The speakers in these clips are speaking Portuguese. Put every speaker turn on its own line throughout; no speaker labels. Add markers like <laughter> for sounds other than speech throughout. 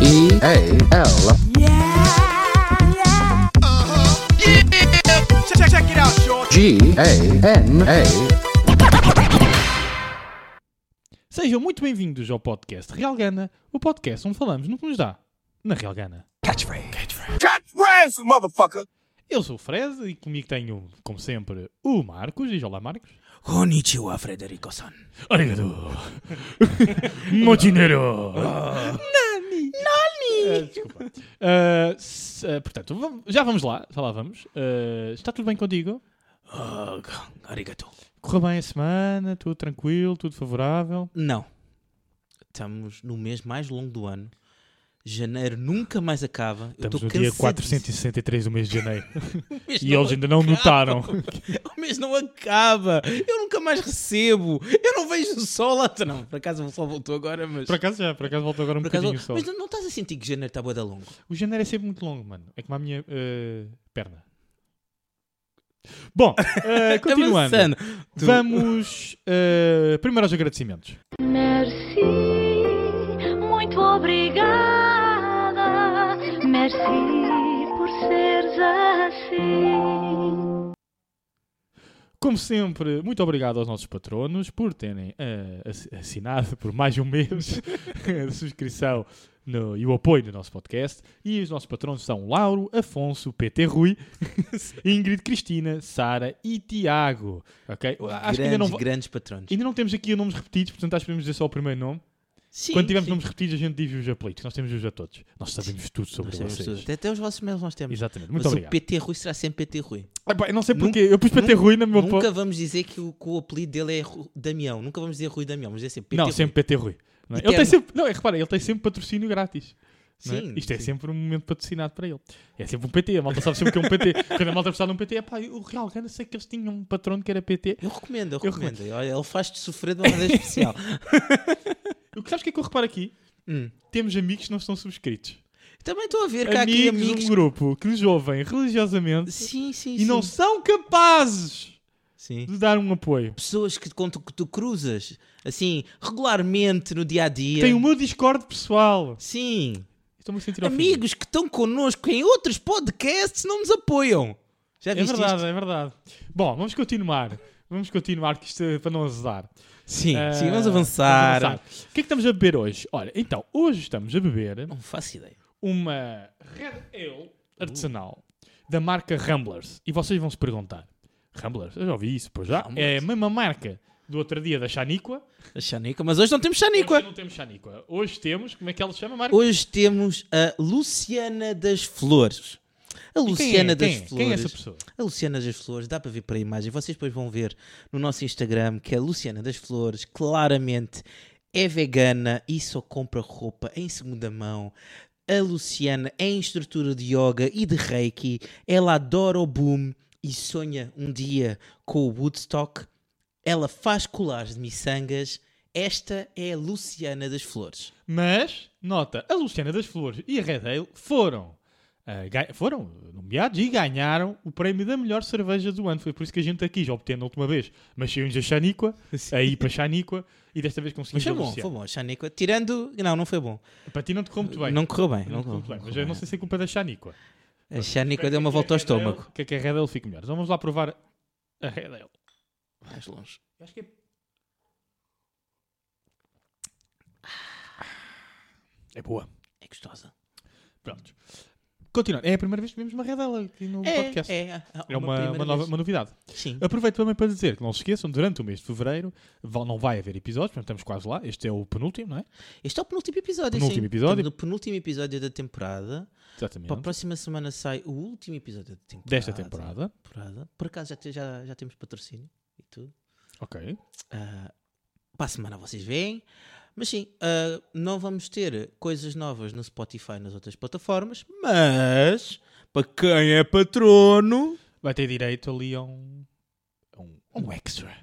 E ela. G A N A.
Sejam muito bem-vindos ao podcast Real Gana, o podcast onde falamos no que nos dá na Real Gana. Eu sou o Fred e comigo tenho, como sempre, o Marcos. Diz olá, Marcos.
Konnichiwa, Frederico-san.
Arigato. Motinero. Nani. Nani. desculpa. Ah, se- ah, portanto, vamos- já vamos lá. Já lá vamos. Ah, está tudo bem contigo?
Ah, arigato.
Correu bem a semana? Tudo tranquilo? Tudo favorável?
Não. Estamos no mês mais longo do ano. Janeiro nunca mais acaba. Eu
Estamos
estou
no dia
cansadíssimo.
463 do mês de janeiro.
<laughs> O mês
e
não
eles ainda não
acaba.
notaram.
<laughs> O mês não acaba. Eu nunca mais recebo. Eu não vejo o sol lá. Não, por acaso o sol voltou agora, mas...
Por acaso já, por acaso voltou agora um
por acaso-
bocadinho só.
Mas não, não estás a sentir que janeiro está bué da longo?
O janeiro é sempre muito longo, mano. É como a minha eh, perna. Bom,
<laughs>
eh, continuando.
Avançando. Tu-
Vamos eh, primeiro aos agradecimentos.
Merci, muito obrigada. Merci por seres assim.
Como sempre, muito obrigado aos nossos patronos por terem eh, ass- assinado por mais um mês <laughs> a subscrição no- e o apoio do nosso podcast. E os nossos patronos são Lauro, Afonso, PT
<laughs>
Rui, Ingrid, Cristina, Sara e Tiago. Ok? Acho que ainda
Grandes,
não, va-
grandes patronos.
ainda não temos aqui nomes repetidos, portanto acho que podemos dizer só o primeiro nome.
Sim,
Quando tivermos
sim.
nomes repetidos, a gente diz os apelidos. Nós temos os a todos. Nós sabemos tudo sobre
Nós sabemos
vocês.
tudo. Até, até os vossos mails nós temos.
Exatamente. Muito
mas o
obrigado.
PT Rui será sempre PT Rui.
Ah, pá, eu não sei
Nunca-
porquê. Eu pus PT Rui no meu po-
Nunca vamos dizer que o, que o apelido dele é Ru- Damião. Nunca vamos dizer Rui Damião. Vamos dizer sempre PT.
Não,
Rui.
sempre PT Rui. Não, é?
Eterno.
ele tem sempre, não, é, repara, ele tem sempre patrocínio grátis. não é?
Sim,
Isto é
sim.
sempre um momento patrocinado para ele. É sempre um PT. A malta sabe sempre que é um
<laughs>
PT. Quando a malta precisava de um PT, é pá, o Real Gana sei que eles tinham um patrono que era PT.
Eu recomendo, eu,
Eu
recomendo. Olha, ele faz-te sofrer de uma
<laughs>
maneira especial.
O que sabes o que é que eu reparo aqui?
Hum.
Temos amigos que não estão subscritos.
Também estou a ver que há aqui
Amigos,
amigos.
um grupo que nos ouvem religiosamente
Sim, sim,
e
sim.
não são capazes
Sim.
de dar um apoio.
Pessoas que, com tu, que tu cruzas assim regularmente no dia a dia.
Tem o meu Discord pessoal.
Sim.
Estou-me a sentir ofendido.
Amigos que estão connosco em outros podcasts não nos apoiam. Já
É
viste
verdade,
isto?
é verdade. Bom, vamos continuar. Vamos continuar que isto é para não azedar.
Sim,
Ah,
sim, vamos avançar.
vamos avançar. O que é que estamos a beber hoje? Olha, então, hoje estamos a beber
Não faço ideia.
uma Red Ale artesanal da marca Ramblers. E vocês vão se perguntar: Ramblers? Eu já ouvi isso, pois já. É a
Ramblers?
mesma marca do outro dia da Xaníqua.
A Xanica, mas hoje não temos Xanica.
Hoje não temos Xaníqua. Hoje temos, como é que ela se chama, Marco?
Hoje temos a Luciana das Flores. A
E quem
Luciana
é?
das
Quem é?
Flores.
Quem é essa pessoa?
A Luciana das Flores, dá para ver para a imagem. Vocês depois vão ver no nosso Instagram que a Luciana das Flores claramente é vegana e só compra roupa em segunda mão. A Luciana é instrutora de yoga e de reiki. Ela adora o boom e sonha um dia com o Woodstock. Ela faz colares de miçangas. Esta é a Luciana das Flores.
Mas, nota, a Luciana das Flores e a Red Ale foram, ah, ga- foram nomeados e ganharam o prémio da melhor cerveja do ano. Foi por isso que a gente aqui já obteve na última vez. Mas saímos a Xaníqua, aí para Xaníqua, e desta vez
Mas
conseguimos
foi
a
bom,
Luciana.
foi bom. Xanica, tirando. Não, não foi bom.
Para ti não te correu muito bem.
Não correu bem. Não
Não te correu muito bem.
correu
Mas eu não
bem.
sei se é culpa da Xaníqua.
A Xanica deu uma volta ao estômago.
O que é que a Red Ale fica melhor? Então vamos lá provar a Red Ale.
Mais longe.
Acho que é... É boa.
É gostosa.
Pronto. Continuando. É a primeira vez que vimos uma Red Ale aqui no Um podcast.
É, é,
É uma,
primeira
uma nova,
vez.
uma novidade.
Sim.
Aproveito também para dizer que não se esqueçam, durante o mês de fevereiro vão- não vai haver episódios, portanto estamos quase lá. Este é o penúltimo, não é?
Este é o penúltimo episódio.
Penúltimo
sim.
episódio.
Estamos No penúltimo episódio da temporada.
Exatamente. Ah,
Para a próxima semana sai o último episódio da temporada.
Desta temporada.
temporada. Por acaso já, te- já, já temos patrocínio e tudo.
Ok.
Ah, para a semana vocês veem. Mas sim, ah, não vamos ter coisas novas no Spotify e nas outras plataformas. Mas, para quem é patrono,
Vai ter direito ali a um. a um, a um extra.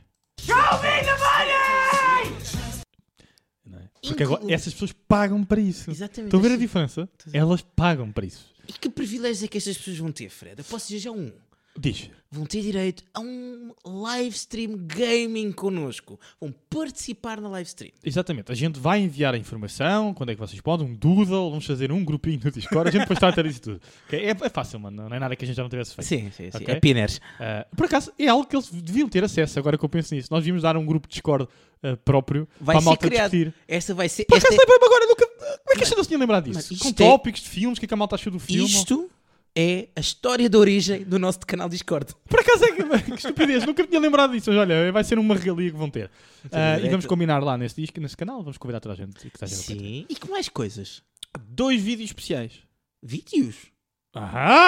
Não é? Porque agora
Inclu-
essas pessoas pagam para isso.
Exatamente.
Estão a ver a
Esse-
diferença? Elas pagam para isso.
E que privilégios é que estas pessoas vão ter, Fred? Eu posso dizer já um.
Diz.
vão ter direito a um live stream gaming connosco. Vão participar na live stream.
Exatamente, a gente vai enviar a informação, quando é que vocês podem, um doodle, vamos fazer um grupinho no Discord, a gente depois trata disso tudo. Ok? É, é fácil, mano, não é nada que a gente já não tivesse feito.
Sim, sim, sim.
Ok.
É Pinners.
Ah, por acaso, é algo que eles deviam ter acesso, agora que eu penso nisso. Nós devíamos dar um grupo de Discord ah, próprio
Vai
para a
ser
malta
criado.
discutir.
Esta vai ser.
Por
esta
acaso, lembrei-me agora, nunca... como é que a gente não se tinha lembrado
Mas
disso?
isto
Com
é-
tópicos de filmes, o que é que a malta achou do filme?
Isto é a história da origem do nosso canal Discord.
Por acaso é que, <laughs> que estupidez, nunca me tinha lembrado disso. Mas olha, vai ser uma regalia que vão ter. Ah, e
direito.
vamos combinar lá nesse disco, nesse canal, vamos convidar toda a gente que está a ver.
é Sim. E que mais coisas?
Dois vídeos especiais.
Vídeos.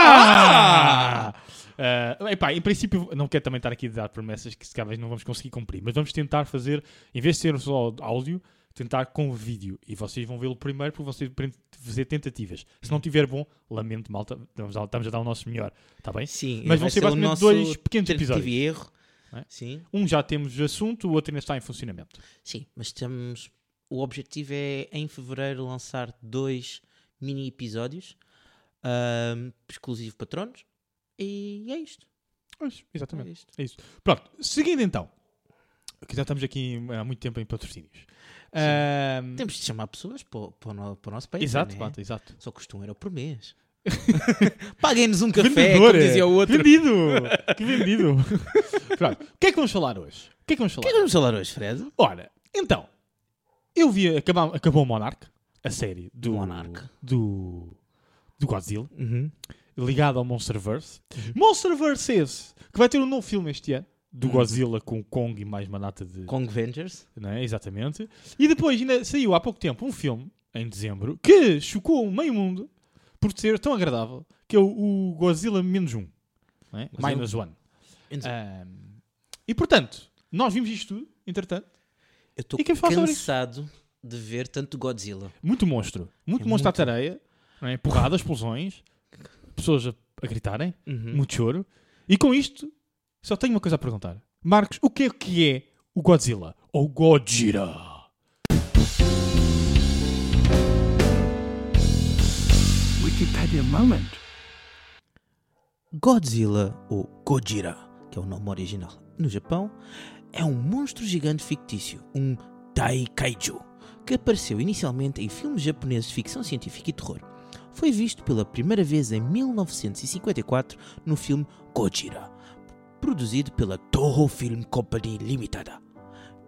Ah! Ah, epá, em princípio, não quero também estar aqui a dar promessas que se calhar não vamos conseguir cumprir, mas vamos tentar fazer, em vez de ser só áudio, tentar com vídeo. E vocês vão vê-lo primeiro porque vocês pre- fazer tentativas. Se não tiver bom, lamento, malta, estamos a, estamos a dar o nosso melhor, está bem?
Sim.
Mas
vai
vão ser
o
basicamente
nosso
dois pequenos
tentativa
episódios.
e erro.
Não é?
Sim.
Um já temos assunto, o outro ainda está em funcionamento.
Sim, mas estamos. O objetivo é em fevereiro lançar dois mini episódios ahm, exclusivo patronos. E é isto.
Pois, exatamente.
É isto.
Pronto, seguindo então, que já estamos aqui há muito tempo em patrocínios. Ah,
Temos de chamar pessoas para, o- para o no- para o nosso país.
exato,
né?
pá, exato.
Só custa um euro por
<laughs>
mês. Paguem-nos um café,
Vendedor, é.
como dizia o outro. O <laughs>
Vendido! que vendido! Pronto, o que é que vamos falar hoje? O que é que vamos falar?
que é que vamos falar hoje, Fred?
Ora, então, eu vi, acabou, acabou o Monarch, a série do,
Monarch.
do, do Godzilla, ligado ao Monsterverse. Monsterverse esse, que vai ter um novo filme este ano, do
Uhum.
Godzilla com o Kong e mais uma data de...
Kong Vengers.
não é? Exatamente. E depois ainda saiu há pouco tempo um filme, em dezembro, que chocou o meio mundo por ser tão agradável, que é o, o Godzilla menos um. não é?
Godzilla-
Minus one.
Menos um.
Ahm, e portanto, nós vimos isto tudo, entretanto.
Eu estou
E quem fala sobre
cansado de ver tanto Godzilla.
Muito monstro. Muito
É
monstro à
muito.
tareia. Não é? Porradas, explosões. Pessoas a, a gritarem.
Hum.
Muito choro. E com isto, só tenho uma coisa a perguntar. Marcos, o que é que é o Godzilla? Ou Godzilla?
Wikipedia moment.
Godzilla, ou Gojira, que é o nome original no Japão, é um monstro gigante fictício, um Daikaiju, que apareceu inicialmente em filmes japoneses de ficção científica e terror. Foi visto pela primeira vez em 1954 no filme Gojira, produzido pela Toho Film Company Limitada.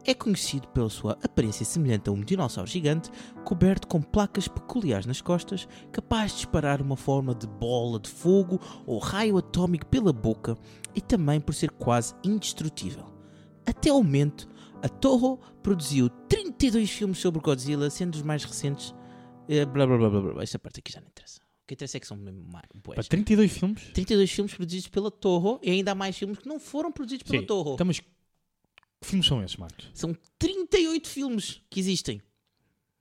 É conhecido pela sua aparência semelhante a um dinossauro gigante, coberto com placas peculiares nas costas, capaz de disparar uma forma de bola de fogo ou raio atômico pela boca e também por ser quase indestrutível. Até ao momento, a Toho produziu 32 filmes sobre Godzilla, sendo os mais recentes. eh, Blá blá blá blá blá. Esta parte aqui já não interessa. O que interessa é que são mesmo mais
Para
boas.
32 filmes?
32 filmes produzidos pela Toho e ainda há mais filmes que não foram produzidos pela
Sim.
Toho.
Então, mas que filmes são esses, Marcos?
São 38 filmes que existem.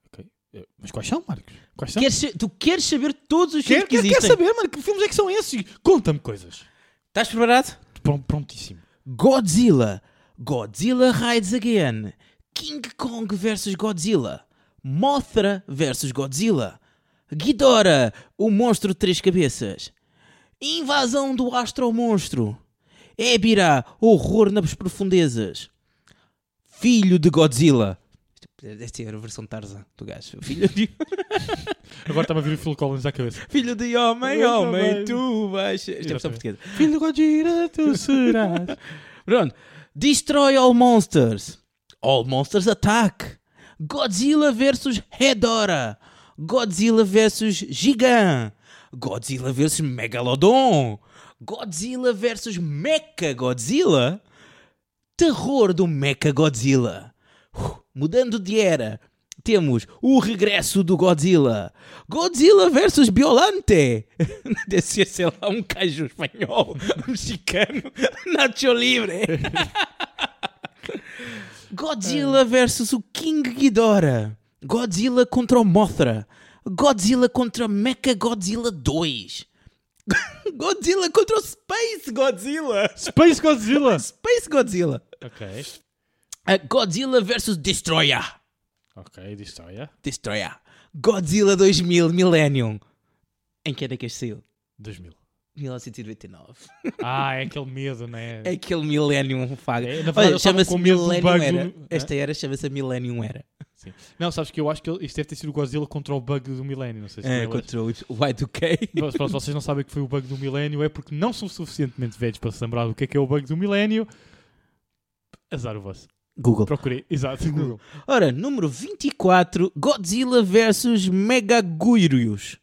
Ok. Eh, Mas quais são, Marcos? Quais são?
Queres, sa- tu queres saber todos os filmes
Quer-
que
quer- quer
existem?
saber, mano, que filmes é que são esses? Conta-me coisas.
Estás preparado?
Pron-
<laughs>
Prontíssimo.
Godzilla. Godzilla Rides Again. King Kong vs Godzilla. Mothra vs Godzilla. Ghidorah, o monstro de três cabeças. Invasão do astro monstro. Ebirá, horror nas profundezas. Filho de Godzilla. Esta é a versão Tarzan do gajo. Filho de...
Agora estava a vir o Phil Collins
<laughs>
à cabeça.
Filho de homem,
Eu também.
homem, tu vais. Isto é versão
Exatamente.
portuguesa.
Filho do Godzilla, tu serás.
Pronto. Destroy all monsters. All monsters attack. Godzilla vs Hedora. Godzilla vs Gigan. Godzilla vs Megalodon. Godzilla vs Mecha Godzilla. Terror do Mecha Godzilla. Uh, mudando de era, temos o regresso do Godzilla. Godzilla versus <laughs> Biolante. Deve ser, sei lá, um cajo espanhol, um mexicano, <laughs> Nacho Libre. <laughs> Godzilla versus o King Ghidorah. Godzilla contra o Mothra. Godzilla contra Mecha Godzilla 2. <laughs> Godzilla contra o Space Godzilla.
Space Godzilla.
Space Godzilla.
ok.
Uh, Godzilla vs Destroyer.
Ok, Destroyer.
Destroyer. Godzilla 2000 Millennium. Em que ano é que este saiu?
2000.
1999.
Ah, é aquele medo, né?
É <laughs> aquele Millennium Faga.
É, na verdade,
Olha,
eles estavam
chama-se
com medo do
Millennium
bug um, né? do-
Era.
Hã?
Esta era chama-se Millennium Era.
Sim. Não, sabes que eu acho que ele- isto deve ter sido o Godzilla contra o bug do milénio. Não sei se
É,
lembras.
contra o
<laughs>
Y2K.
Mas pronto, vocês não sabem que foi o bug do milénio, é porque não são suficientemente velhos para se lembrar do que é que é o bug do milénio. Azar o vosso.
Google.
Procurei, exato, Google.
Ora, número 24, Godzilla vs Megaguirus.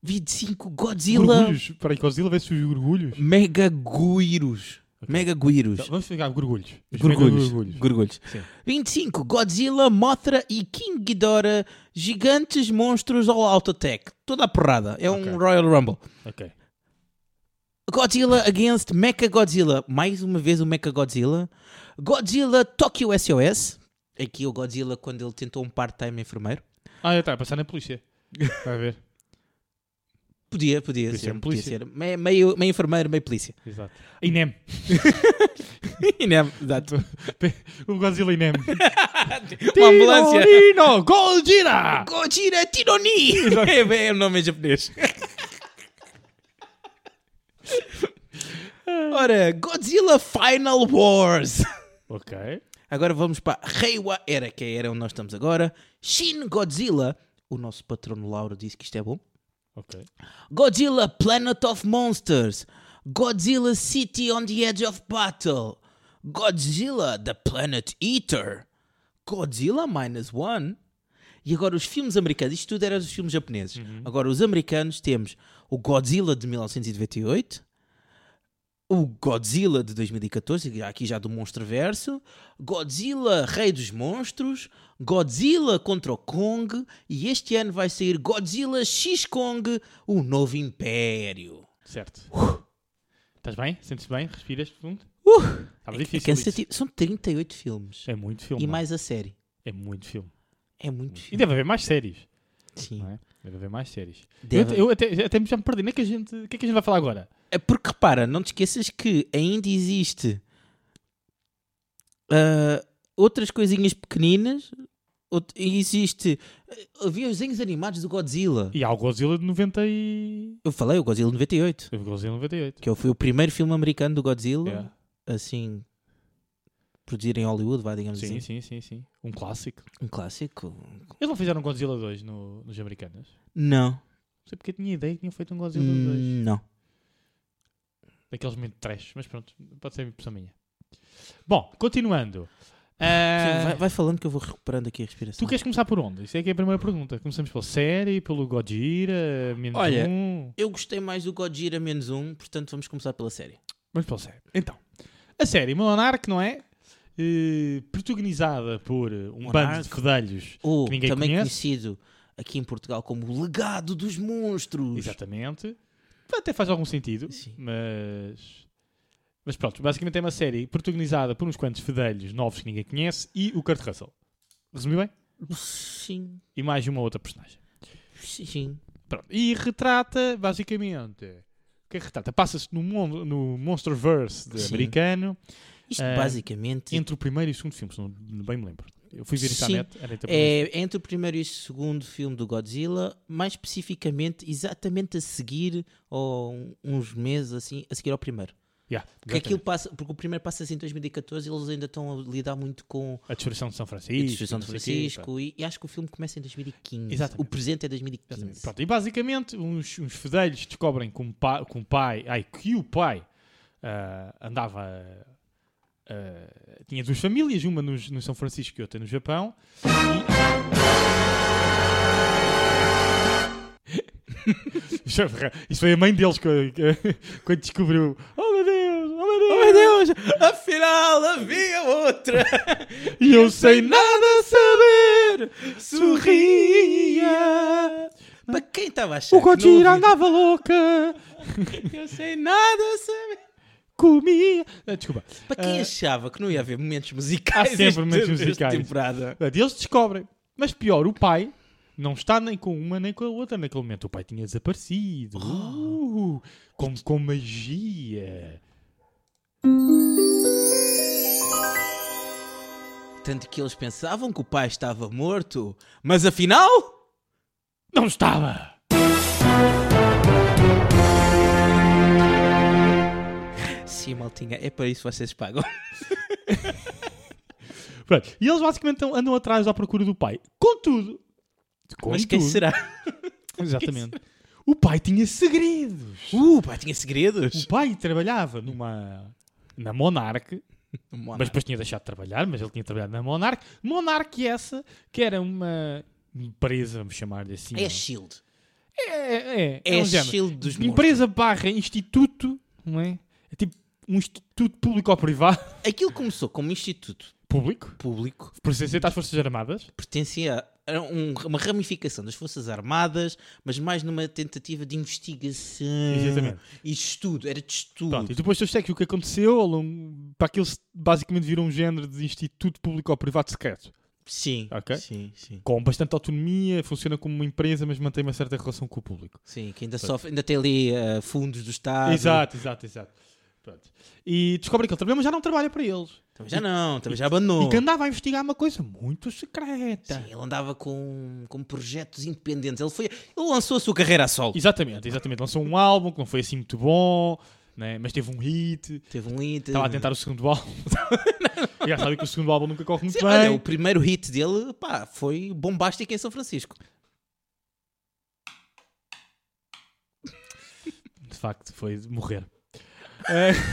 25, Godzilla
Gorgulhos. Espera aí, Godzilla vê se os gorgulhos.
Megaguirus.
Então,
Megaguirus.
vamos pegar gorgulhos. Os
Gorgulhos.
gorgulhos.
Gorgulhos.
Sim.
25, Godzilla, Mothra e King Ghidorah, gigantes monstros all out attack. Toda a porrada. É
Ok.
um Royal Rumble.
Ok.
Godzilla against Mecha Godzilla. Mais uma vez o Mecha Godzilla. Godzilla Tokyo SOS. Aqui o Godzilla quando ele tentou um part-time enfermeiro.
Ah, está, a passar na polícia. Vai ver.
<laughs> Podia, podia
Podia ser
ser.
um
Podia
polícia.
ser. Me- Meio, meio enfermeiro, meio polícia. <laughs>
Exato. Inem. <laughs>
Inem, exato.
O
<laughs>
Godzilla Inem.
Uma ambulância.
Dino, Godzilla!
Godzilla Tironi! É, bem, é o nome em japonês. Ora, Godzilla Final Wars.
Ok.
Agora vamos para Reiwa Era, que é a era onde nós estamos agora. Shin Godzilla. O nosso patrono Lauro disse que isto é bom.
Ok.
Godzilla Planet of Monsters. Godzilla City on the Edge of Battle. Godzilla the Planet Eater. Godzilla Minus One. E agora os filmes americanos, isto tudo eram os filmes japoneses. Agora os americanos temos o Godzilla de 1998, o Godzilla de 2014, que aqui já do Monstroverso, Godzilla Rei dos Monstros, Godzilla contra o Kong e este ano vai sair Godzilla X-Kong, o novo império.
Certo. Estás bem? Sentes-te bem? Respiras fundo?
Uh,
Estava
é
difícil. isso.
cansativo. São 38 filmes
É muito filme.
e
mano.
mais a série.
É muito filme.
É muito
E
filme.
deve haver mais séries.
Sim.
Não é? Deve haver mais séries.
Deve.
Eu, eu até, até já me perdi. Onde é que a gente, o que é que a gente vai falar agora?
É porque repara, não te esqueças que ainda existe ah, outras coisinhas pequeninas. out- e Existe. ah, Havia os desenhos animados do Godzilla.
E há o Godzilla de 90 e...
Eu falei, o Godzilla 98.
O Godzilla de 98.
Que foi o primeiro filme americano do Godzilla.
Yeah.
Assim. Produzido em Hollywood, vai, digamos
Sim,
assim.
sim, sim, sim. Um clássico.
Um clássico.
Eles não fizeram um Godzilla 2 no- nos americanos?
Não.
Não sei porque eu tinha ideia que tinham feito um Godzilla 2.
Hum, Não.
daqueles muito trash, mas pronto, pode ser impressão minha. Bom, continuando.
Sim,
Ah,
vai, vai falando que eu vou recuperando aqui a
Tu
respiração.
queres começar por onde? Isso é que é a primeira pergunta. Começamos pela série, pelo Godzilla, menos
Olha.
um.
Eu gostei mais do Godzilla menos um, portanto vamos começar pela série.
Vamos pela série. Então, a série Monarch, não é? Eh, protagonizada por eh, um bando de
Monarch.
fedelhos.
Ou
que ninguém
também
conhece.
conhecido aqui em Portugal como o Legado dos Monstros.
Exatamente. Até faz algum sentido,
Sim.
mas. Mas pronto, basicamente é uma série protagonizada por uns quantos fedelhos novos que ninguém conhece e o Kurt Russell. Resumi bem?
Sim,
E mais uma outra personagem.
sim.
Pronto. E retrata, basicamente. O que é que retrata? Passa-se no, mon no Monsterverse de
Sim.
americano,
Isto
Ah,
basicamente
entre o primeiro e o segundo filme, se não bem me lembro. Eu fui ver isso à
Sim.
net, era então-
é entre o primeiro e o segundo filme do Godzilla, mais especificamente, exatamente a seguir, ou um- uns meses assim, a seguir ao primeiro.
Yeah,
Porque,
exatamente.
aquilo passa, porque o primeiro passa-se em 2014 e eles ainda estão a lidar muito com
A destruição de São Francisco.
a destruição de
não sei o quê, pá.
Francisco e, e acho que o filme começa em 2015.
Exatamente.
O presente é
Exatamente.
2015.
Pronto, e basicamente uns, uns fedelhos descobrem que, um pa, que um pai, ai, que o pai ah, andava. ah, tinha duas famílias, uma nos, no São Francisco e outra no Japão. E... <laughs> Isso foi- Isso foi a mãe deles que- que- quando descobriu. Oh meu Deus! Oh meu Deus!
Oh meu Deus, afinal havia outra. <laughs>
E eu sem nada saber, sorria.
Para quem estava a achar
O
que não
Godzilla
havia-
andava louca.
Eu sei nada saber.
comia. Ah, Desculpa.
Para quem
Ah.
achava que não ia haver momentos musicais
Há sempre
esta-
momentos
esta
musicais.
temporada.
Portanto, Eles Ah, descobrem. Mas pior, o pai não está nem com uma nem com a outra naquele momento. O pai tinha desaparecido. Uh, com, com magia.
Tanto que eles pensavam que o pai estava morto, mas afinal
Não estava!
Sim, maltinha, é para isso que vocês pagam.
Pronto. E eles basicamente estão- andam atrás à procura do pai. Contudo,
Mas quem
<laughs> contudo-
será?
Exatamente. O pai tinha segredos.
Uh, pá, tinha
O
segredos.
pai trabalhava numa. na Monarch,
Mona.
mas depois tinha deixado de trabalhar, mas ele tinha trabalhado na Monarch. Monarch essa, que era uma empresa, vamos chamar-lhe assim.
é Shield.
é, é, é,
É,
um género.
Shield dos monstros.
Empresa barra instituto, não é? É tipo um instituto público ou privado. <laughs>
Aquilo começou como um instituto
Público?
público,
Pertencente às Forças Armadas.
pertencia a um- uma ramificação das Forças Armadas, mas mais numa tentativa de investigação
Exatamente.
e estudo. Era de estudo.
Pronto, e depois eu sei que o que aconteceu ao longo, para aquilo se- basicamente virou um género de instituto público ou privado secreto.
Sim,
Ok.
sim, sim.
Com bastante autonomia, funciona como uma empresa, mas mantém uma certa relação com o público.
Sim, que ainda, sofre, ainda tem ali eh, fundos do Estado.
exato, exato, exato. Pronto. E descobre que ele trabalha, mas já não trabalha para eles.
Também já não, também já abandonou.
E que andava a investigar uma coisa muito secreta.
Sim, ele andava com, com projetos independentes. Ele, foi, ele lançou a sua carreira a solo.
Exatamente, exatamente. Lançou um álbum que não foi assim muito bom, né? mas teve um hit.
Teve um hit.
Estava a tentar o segundo álbum. <laughs> e já sabe que o segundo álbum nunca corre muito
Sim,
bem.
olha, o primeiro hit dele pá, foi bombástico em São Francisco.
De facto, foi de <laughs> morrer. Eh, <laughs>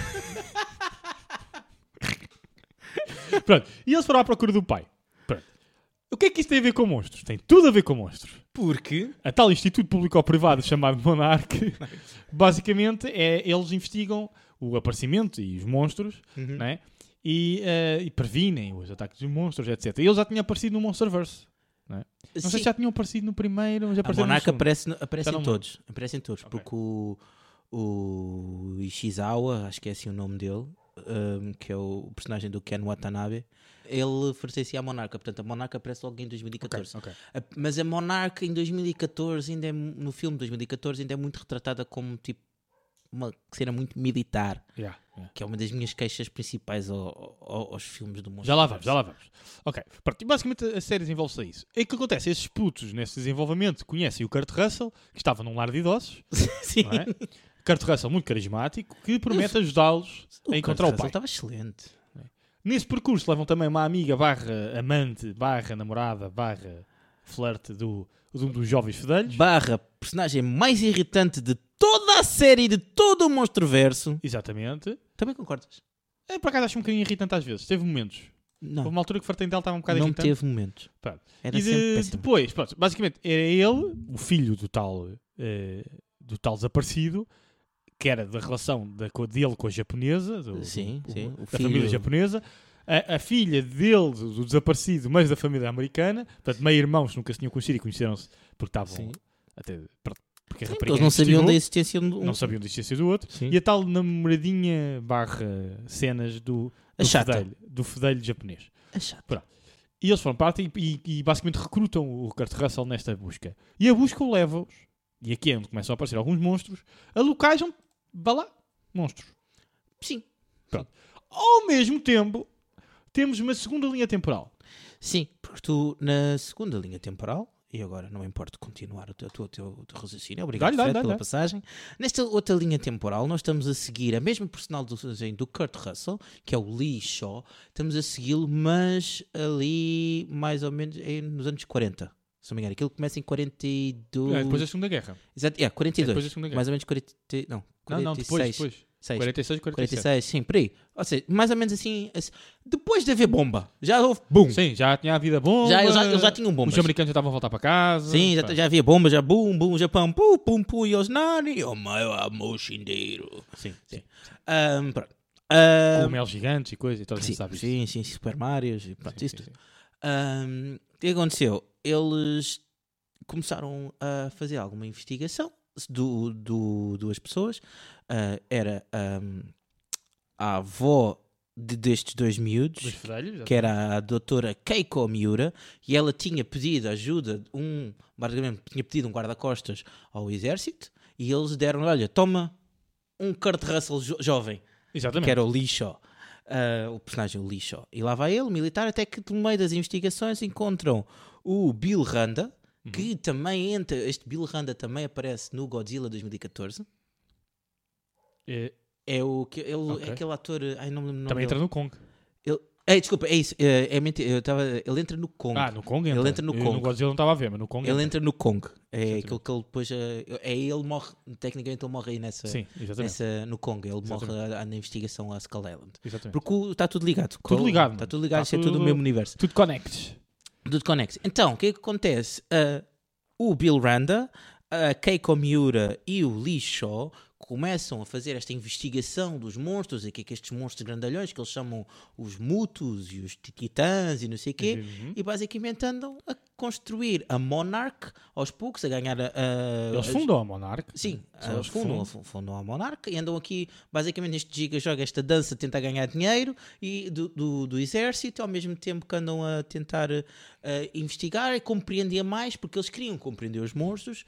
Pronto, e eles foram à procura do pai. Pronto. O que é que isto tem a ver com monstros? Tem tudo a ver com monstros.
Porque
A tal instituto público ou privado chamado Monarch, basicamente, é, eles investigam o aparecimento e os monstros,
Uhum.
né? E, eh, e previnem os ataques dos monstros, etc. E eles já tinham aparecido no Monsterverse. Não sei
Sim,
se já tinham aparecido no primeiro, mas
a
já apareceram no
Monarca
segundo.
aparece, no- aparece
Já não
em
me
todos. Aparece em todos. Porque o, o Ishizawa, acho que é assim o nome dele, hum, que é o personagem do Ken Watanabe, ele pertencia à Monarca. Portanto, a Monarca aparece logo em 2014.
Ok, ok.
A- Mas a Monarca em 2014 ainda é, mu- no filme de 2014 ainda é muito retratada como tipo uma cena muito militar,
Yeah, yeah.
que é uma das minhas queixas principais ao- ao- aos filmes do mundo.
Já lá vamos, já lá vamos. Ok, pronto, e basicamente a série desenvolve-se a isso. É que acontece, esses putos nesse desenvolvimento conhecem o Kurt Russell, que estava num lar de idosos,
<laughs> Sim.
não é? Kurt Russell muito carismático, que promete ajudá-los a É encontrar o pai.
Estava excelente.
Nesse percurso levam também uma amiga barra amante, barra namorada, barra flerte do, de um dos jovens fedelhos.
Barra, personagem mais irritante de toda a série, de todo o Monstroverso.
Exatamente.
Também concordas?
É, por acaso acho um bocadinho irritante às vezes, teve momentos. Houve
Não,
uma altura que o fartem dela estava um bocado
Ah. não
irritante.
teve momentos.
Pronto.
Era
e
sempre
de-
péssimo.
depois, pronto, basicamente, era ele, o filho do tal, eh, do tal desaparecido, que era da relação da, co- dele com a japonesa, do- do-
Sim,
o-
sim, o
da família
filho.
japonesa, a, a filha dele, do, do desaparecido, mas da família americana, portanto, meio-irmãos nunca se tinham conhecido e conheceram-se porque estavam
Sim.
até... pronto, Porque a rapariga
Eles não sabiam da
investigou,
existência um do
não sabiam da existência do outro.
Sim.
E a tal namoradinha barra cenas do,
A
do,
chata.
fedelho, do fedelho japonês.
Ah, chato.
E eles foram para a Arte e, e- e basicamente recrutam o Kurt Russell nesta busca. E a busca o leva-os, e aqui é onde começam a aparecer alguns monstros, a locais onde, vá lá, monstros.
Sim.
Ao mesmo tempo, temos uma segunda linha temporal.
Sim, porque tu na segunda linha temporal, e agora não me importo continuar o teu, o teu, o teu raciocínio, obrigado
Dá-lhe, dá-lhe,
Fred, pela
dá-lhe.
passagem. Nesta outra linha temporal, nós estamos a seguir a mesma personagem do Kurt Russell, que é o Lee Shaw, estamos a segui-lo, mas ali mais ou menos em- nos anos 40. Se não me engano, aquilo começa em 42.
É, depois da Segunda Guerra.
Exato, é, 42.
é depois da Segunda Guerra.
Mais ou menos 40. Não, 46.
Não, não, depois, depois.
6,
46, 47.
46, sim, por aí. Ou seja, mais ou menos assim. assim- depois de haver bomba, já houve. Boom!
Sim, já tinha havido a bomba.
Já- eles já- eles já tinham bombas.
Os americanos tá. já estavam a voltar para casa.
Sim, já,
Pá.
já havia bomba, já bum, bum, Japão, pum, pum, pum, e os nani, o meu amor chindeiro.
Sim, sim.
Ahm, pronto. Ahm,
Cogumelos gigantes e coisas, e toda é a
sim,
gente sabe isso.
sim, sim, Super Mario, pronto,
Sim,
isso
sim,
tudo.
sim.
Ahm, o que aconteceu? Eles começaram a fazer alguma investigação do, do- duas pessoas. Ah, era ahm, a avó de- destes dois miúdos
Dos fedelhos,
que era a doutora Keiko Miura, e ela tinha pedido ajuda, um, basicamente, tinha pedido um guarda-costas ao exército, e eles deram olha, toma um Kurt Russell jo- jovem,
Exatamente.
que era o Lixo, ah, o personagem o Lixo. E lá vai ele, militar, até que no meio das investigações encontram o Bill Randa,
Uhum.
que também entra, este Bill Randa também aparece no Godzilla 2014,
Eh,
É, o, que- ele,
Ok.
é aquele ator. Ai, não me lembro o nome
Também entra
dele.
no Kong.
Ele, é, desculpa, é isso. É, é mentira, eu tava, ele entra no Kong.
Ah, no Kong
Ele
entra.
entra no
Eu
Kong.
No Godzilla não estava a ver, mas no Kong
ele entra no Kong. É
é? Exatamente.
aquele que ele depois. eh, É ele morre. Tecnicamente ele morre aí nessa.
Sim, exatamente.
nessa no Congo. Ele
Exatamente.
morre ah, na investigação lá a Skull Island.
exatamente.
Porque está tudo ligado.
Tudo ligado,
Está
mano.
tudo ligado,
Tá
isto é tudo o
tudo-
mesmo universo.
Tudo connects.
Tudo conexo. Então, o que é que acontece? Ah, o Bill Randa, a Keiko Miura e o Lee Shaw começam a fazer esta investigação dos monstros, e que é que estes monstros grandalhões que eles chamam os Mutus e os Titãs e não sei o quê,
Uhum.
e basicamente andam a construir a Monarch aos poucos, a ganhar a... a-
Eles
as-
fundam a Monarch.
Sim,
São
ah,
os que
fundam,
fundam.
fu- fundam a Monarca e andam aqui, basicamente, neste giga joga esta dança, de tentar ganhar dinheiro e do, do, do exército, ao mesmo tempo que andam a tentar ah, investigar e compreender mais, porque eles queriam compreender os monstros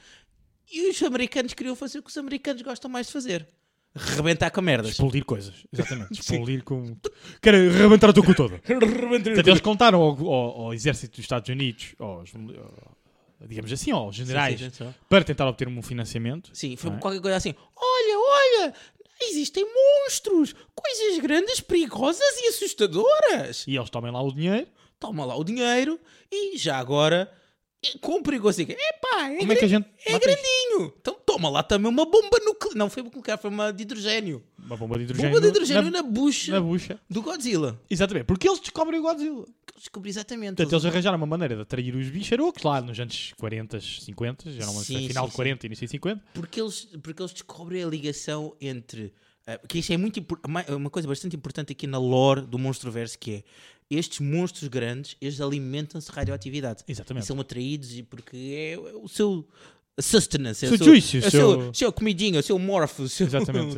e os americanos queriam fazer o que os americanos gostam mais de fazer: rebentar com merdas.
<laughs> Explodir coisas. Exatamente. <laughs> Explodir com. Quero arrebentar o teu cu <laughs> todo. Portanto, eles contaram ao, ao- ao exército dos Estados Unidos, aos, ao- digamos assim, aos generais,
Sim, sim, sim.
para tentar obter um financiamento.
Sim, foi
Não é?
qualquer coisa assim: olha, olha, existem monstros, coisas grandes, perigosas e assustadoras.
E eles tomem lá o dinheiro.
toma lá o dinheiro e já agora eh, e cumpre consigo. Epá, é,
Como é que a gente.
é
mata isto?
grandinho. Então toma lá também uma bomba nuclear. Não foi nuclear, foi uma de hidrogênio.
Uma bomba de hidrogênio.
bomba de hidrogênio
na,
na, bucha
na bucha.
do Godzilla.
Exatamente. Porque eles descobrem o Godzilla.
Que eu Descobri exatamente.
Portanto, eles arranjaram uma maneira de atrair os bicharocos lá nos anos 40, 50, já não lembro se é
Sim,
final
sim,
de 40, início de 50.
Porque, eles, porque eles descobrem a ligação entre. ah, Porque isso é muito impor- ma- uma coisa bastante importante aqui na lore do Monstroverso que é estes monstros grandes, eles alimentam-se de radioatividade. E
Exatamente.
são atraídos e porque é, é o seu sustenance, é
Seu
o seu,
juízo,
é o
seu-
seu, seu comidinho, é o seu morfo, o seu,
Exatamente,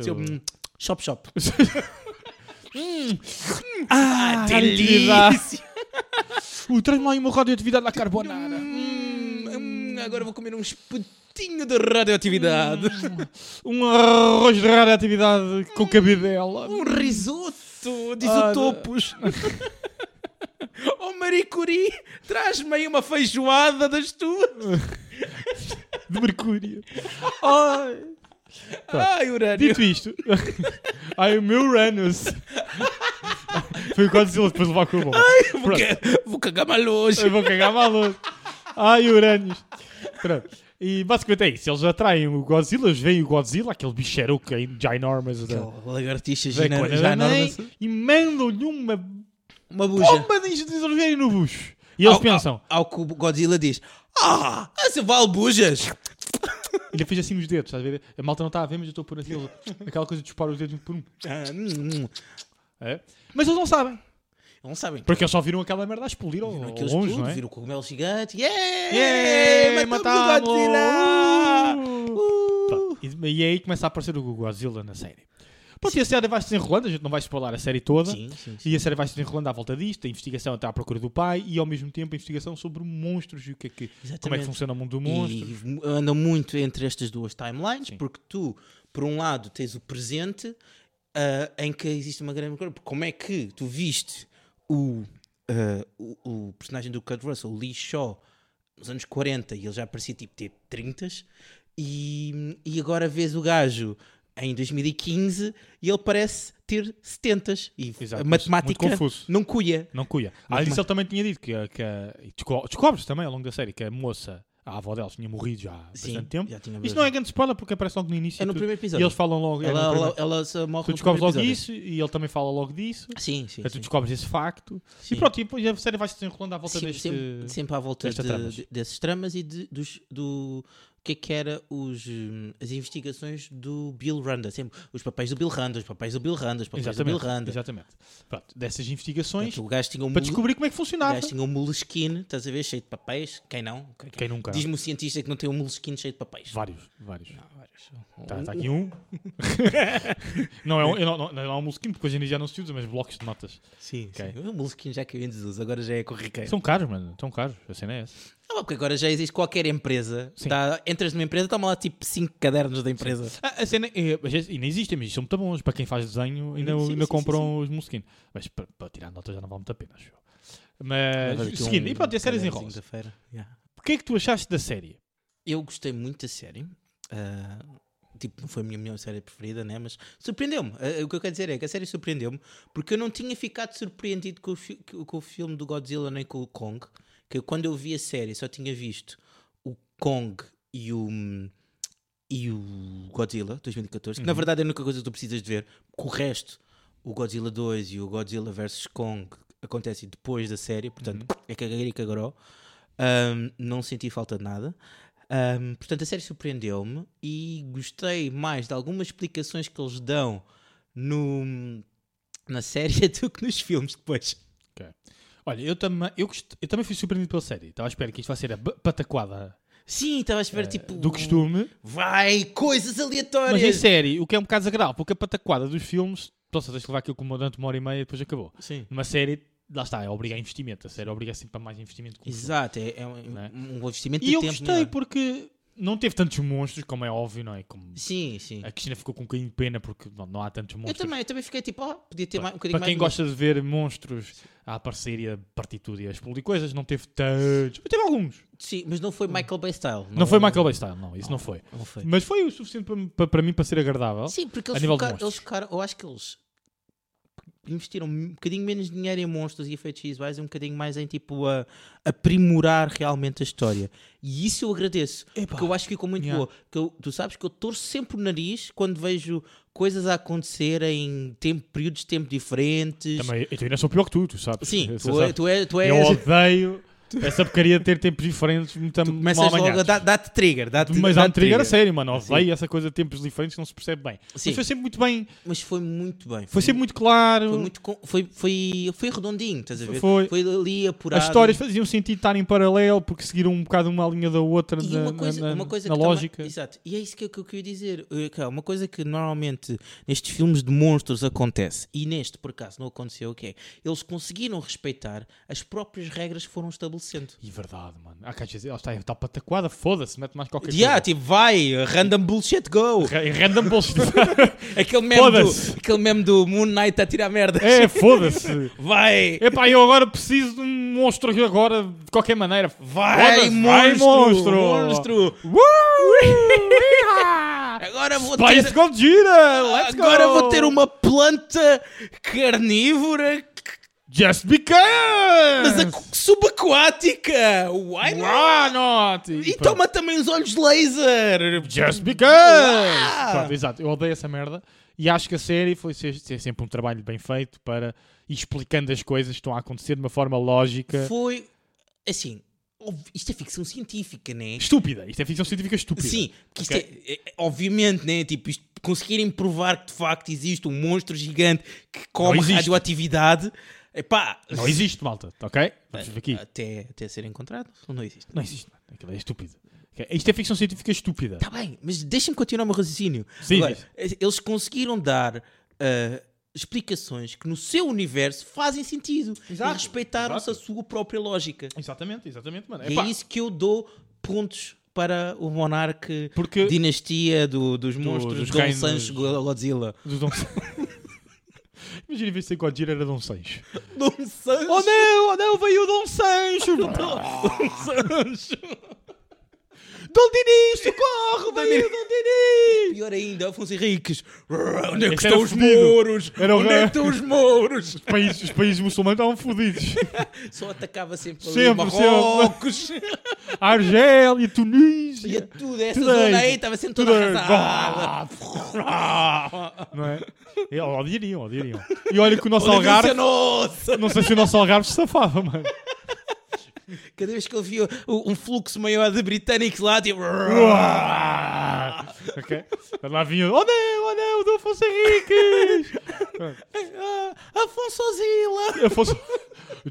<laughs> o seu
o-
hum, shop
<laughs>
shop. hum,
Ah,
radioatividade. é um
Uh, Traz-me aí uma radioatividade lá carbonara.
Hum, hum, agora vou comer um espetinho de radioatividade.
Um arroz de radioatividade com cabidela. Ah,
Um risoto de isotopos. oh Marie Curie, traz-me aí uma feijoada das tuas.
<laughs> De mercúrio.
Ai, Ai urânio.
Dito isto. <laughs> Ai, o meu
<laughs>
Uranus. Foi o Godzilla depois de levar com a bomba.
Vou, ca- vou cagar mal hoje.
Eu vou cagar mal hoje. Ai, Uranus. Pronto. E basicamente é isso. Eles atraem o Godzilla, eles veem o Godzilla, aquele bichero que é ginormous da,
Aquela Lagartixa
da
gina-
coisa
já
da mãe,
enorme.
né? e mandam-lhe uma
Uma buja.
bomba de hidrogênio no bucho. E eles
Ao-
pensam,
Ao, ao que o Godzilla diz: Ah, essa vale bujas!
ele fez assim os dedos, estás a ver? A malta não está a ver, mas eu estou por assim, ele- aquela coisa de disparar os dedos um por um.
Ah, hum, hum.
É? Mas eles não sabem,
Não sabem.
porque eles só viram aquela merda a explodir ao, ao
Aqueles
longe,
tudo,
não é?
viram o cogumelo gigante. Yeah!
Yeah,
matamos o
matamos!
Godzilla! Uh!
Pronto, E, e aí começa a aparecer o Godzilla na série. Pronto, e a série vai se desenrolando, a gente não vai spoiler a série toda.
Sim, sim, sim.
E a série vai se desenrolando à volta disto, a investigação até à procura do pai e ao mesmo tempo a investigação sobre monstros e o que é que, como é que
Exatamente.
funciona o mundo do monstro.
E mu- andam muito entre estas duas timelines,
Sim.
porque tu, por um lado, tens o presente ah, em que existe uma grande coisa. Porque Como é que tu viste o, ah, o, o personagem do Kurt Russell, o Lee Shaw, nos anos 40 e ele já parecia tipo ter 30 e, e agora vês o gajo em 2015 e ele parece ter 70 e
Exato,
a
muito-
matemática
muito confuso.
não cuia.
Não cuia. Além disso, ele também tinha dito que, a- que a- e desco- descobre-se também ao longo da série que a moça, a avó dela, tinha morrido já há
Sim,
bastante tempo.
já tinha
Isto
mesmo.
não é grande spoiler porque aparece logo no início.
É no
e tudo.
primeiro episódio.
E eles falam logo. é no
Ela, ela,
primeiro.
ela se morre
tu
no
descobres logo
primeiro episódio.
isso e ele também fala logo disso.
Sim, sim.
Aí tu
sim.
descobres esse facto.
Sim.
E pronto, e depois a série vai se desenrolando à volta
Sim,
deste. eh,
sempre, sempre à volta
destas
de-
tramas.
de- desses tramas e de- dos, do que é que era os, hum, as investigações do Bill Randa. Sempre os papéis do Bill Randa, os papéis do Bill Randa, os papéis é do Bill
Exatamente.
Randa.
Exatamente. Pronto, dessas investigações
Portanto, O gajo tinha um
para
mole-
descobrir como é que
o
funcionava.
gajo tinha um moleskine, estás a ver, cheio de papéis. Quem não?
Quem nunca?
Diz-me o cientista que não tem um moleskine cheio de papéis.
Tá. Vários, vários. Está
Um-
aqui um. <laughs> não, é um, é não, não, não é um musquinho, porque hoje em dia já não se usa, mas blocos de notas.
Sim,
Ok.
sim. O moleskine já caiu em desuso, agora já é corriqueiro.
São caros, mano. São caros. A cena é essa.
Não, porque agora já existe qualquer empresa.
Sim.
Tá, entras numa empresa, toma lá tipo 5 cadernos da empresa.
A, a cena, é, mas esse- ainda existem, mas são muito bons. Para quem faz desenho, ainda,
Sim,
ainda
sim,
compram os Moleskine. Mas para, para tirar notas já não vale muito a pena, acho eu. Mas,
um
seguindo, É, e pronto, e a série
cadernozinho
desenrola
da feira. Yeah.
O que é que tu achaste da série?
Eu gostei muito da série. Ah, tipo, não foi a minha melhor série preferida, né? Mas surpreendeu-me. Eh, O que eu quero dizer é que a série surpreendeu-me porque eu não tinha ficado surpreendido com o, fi- com o filme do Godzilla nem com o Kong. Que eu, quando eu vi a série só tinha visto o Kong e o. E o Godzilla 2014, que na verdade é a única coisa que tu precisas de ver, porque o resto, o Godzilla 2 e o Godzilla vs Kong, acontece depois da série, portanto é cagarica goró. Ahm, ah, não senti falta de nada. Ahm, portanto, a série surpreendeu-me e gostei mais de algumas explicações que eles dão no, na série <laughs> do que nos filmes depois.
Ok. Olha, eu, também eu, gost- eu também fui surpreendido pela série. Estava à espera que isto vai ser a ba- pataquada
Sim, estava a esperar tipo.
Eh, do costume.
Vai, coisas aleatórias!
Mas em série, o que é um bocado desagradável, porque a pataquada dos filmes, pronto, só tens de levar aquilo como durante uma hora e meia e depois acabou.
Sim.
Numa série, lá está, é obrigar investimento. A série obriga sempre a mais investimento. que um filme.
Exato, é, é um,
Não é?
um investimento
E
de
eu
tempo.
gostei
maior.
porque não teve tantos monstros, como é óbvio, não é? Como
Sim, sim.
a Cristina ficou com um bocadinho de pena porque não, não há tantos
Eu
monstros.
também, eu também fiquei tipo, ó, podia ter mais, um bocadinho
Para
mais.
quem
de-
gosta de ver monstros a aparecer e a partir tudo e a explodir coisas, não teve tantos. Mas teve alguns.
Sim, mas não foi Michael Bay style. é?
Não, foi Michael Bay Style, não, isso não foi.
Não foi.
Mas foi o suficiente para, para- para mim para ser agradável.
Sim, porque
a
eles
nível de
ficaram,
monstros.
eles ficaram- eu acho que eles investiram um bocadinho menos dinheiro em monstros e efeitos visuais e um bocadinho mais em tipo a aprimorar realmente a história. E isso eu agradeço, porque eu acho que ficou muito
yeah.
boa. Que eu- tu sabes que eu torço sempre o nariz quando vejo coisas a acontecer em tempo, períodos de tempo diferentes.
Também, eu ainda sou pior que tu, tu sabes. <laughs>
Sim,
Você
tu, é,
sabe.
tu, é, tu
Eu
és.
odeio essa porcaria de ter tempos diferentes muito
Tu
mal
começas logo a
amanhados.
dar- dar-te trigger. Dá
Mas há um trigger a sério, mano. Odeio essa coisa de tempos diferentes que não se percebe bem.
Sim.
Mas foi sempre muito bem,
Mas foi muito bem.
foi sempre muito claro.
Foi muito con- foi, foi, foi redondinho, estás a ver?
Foi.
ali apurado.
As histórias faziam sentido estar em paralelo porque seguiram um bocado uma linha da outra
e
na,
uma coisa,
na- na-
uma coisa
na
que também-
lógica.
exato. E é isso que, eu- que eu queria dizer. Eh, que é Uma coisa que normalmente nestes filmes de monstros acontece, e neste por acaso não aconteceu, que é eles conseguiram respeitar as próprias regras que foram estabelecendo.
E verdade, mano. Há caixas, ela está, está pataquada, foda-se, mete mais qualquer
Yeah,
coisa.
tipo, vai, random bullshit
<laughs>
go.
Ra- e Random bullshit.
Aquele meme,
Foda-se.
do, aquele meme do Moon Knight a tirar merdas.
é, foda-se.
<laughs> Vai,
Epá, eu agora preciso de um monstro agora, de qualquer maneira.
vai,
Foda-se, vai,
monstro,
monstro.
monstro.
<laughs> Woo!
Agora vou ter...
Spice Godzilla, let's go.
Agora vou ter uma planta carnívora que-
Just because.
mas a- subaquática. Why not?
Why not?
E
pronto.
toma também os olhos laser.
Just because!
Uau!
Pronto, exato, eu odeio essa merda e acho que a série foi ser, ser sempre um trabalho bem feito para ir explicando as coisas que estão a acontecer de uma forma lógica.
Foi assim. ob- Isto é ficção científica, né?
Estúpida, isto é ficção científica estúpida.
Sim, que isto é, é- é- obviamente, né? Tipo, isto- conseguirem provar que de facto existe um monstro gigante que come
existe.
radioatividade. Epá,
Não existe, malta, ok? Vamos ver aqui.
até, até ser encontrado, não existe.
Não existe, mano. aquilo é estúpido. Ok, Isto é ficção científica estúpida.
Está Tá bem, mas deixa-me continuar o meu raciocínio.
Sim,
Agora,
diz.
eles conseguiram dar ah, explicações que no seu universo fazem sentido e
Exato,
respeitaram-se a
exato.
sua própria lógica.
Exatamente, exatamente, mano.
E
Epá,
é isso que eu dou pontos para o monarca
Porque-
dinastia do- dos monstros
dos
Dom
reinos-
Sancho Go- Godzilla.
do Dom <laughs> Imagina ver se Godzilla era Dom Sancho.
Dom Sancho?
Oh não, oh não, veio o Dom <laughs> Sancho! Dom Dinis, socorro, veio o Dom Dinis!
Pior ainda, Afonso Henriques. Onde é que
Esse era
estão os
fedido.
mouros?
Era o
Onde é
rei.
que estão os mouros?
Os países, os países muçulmanos estavam fodidos.
Só atacava sempre, ali
Sempre, sempre.
Marrocos.
Argélia,
E a
Tunísia.
tudo, essa
Tudo
zona
aí.
aí estava sendo toda arrasada.
Não é? É, Odiariam, odiariam. E olha que o nosso
Olha,
Algarve.
Vincent, nossa!
Não sei se o nosso Algarve se safava, mano.
Cada vez que eu via um fluxo maior de britânicos lá, tipo.
<laughs> ok? Lá vinha. Oh não, oh não, o Dom Afonso Henriques!
"Ah, Afonso Zila!
Afonso.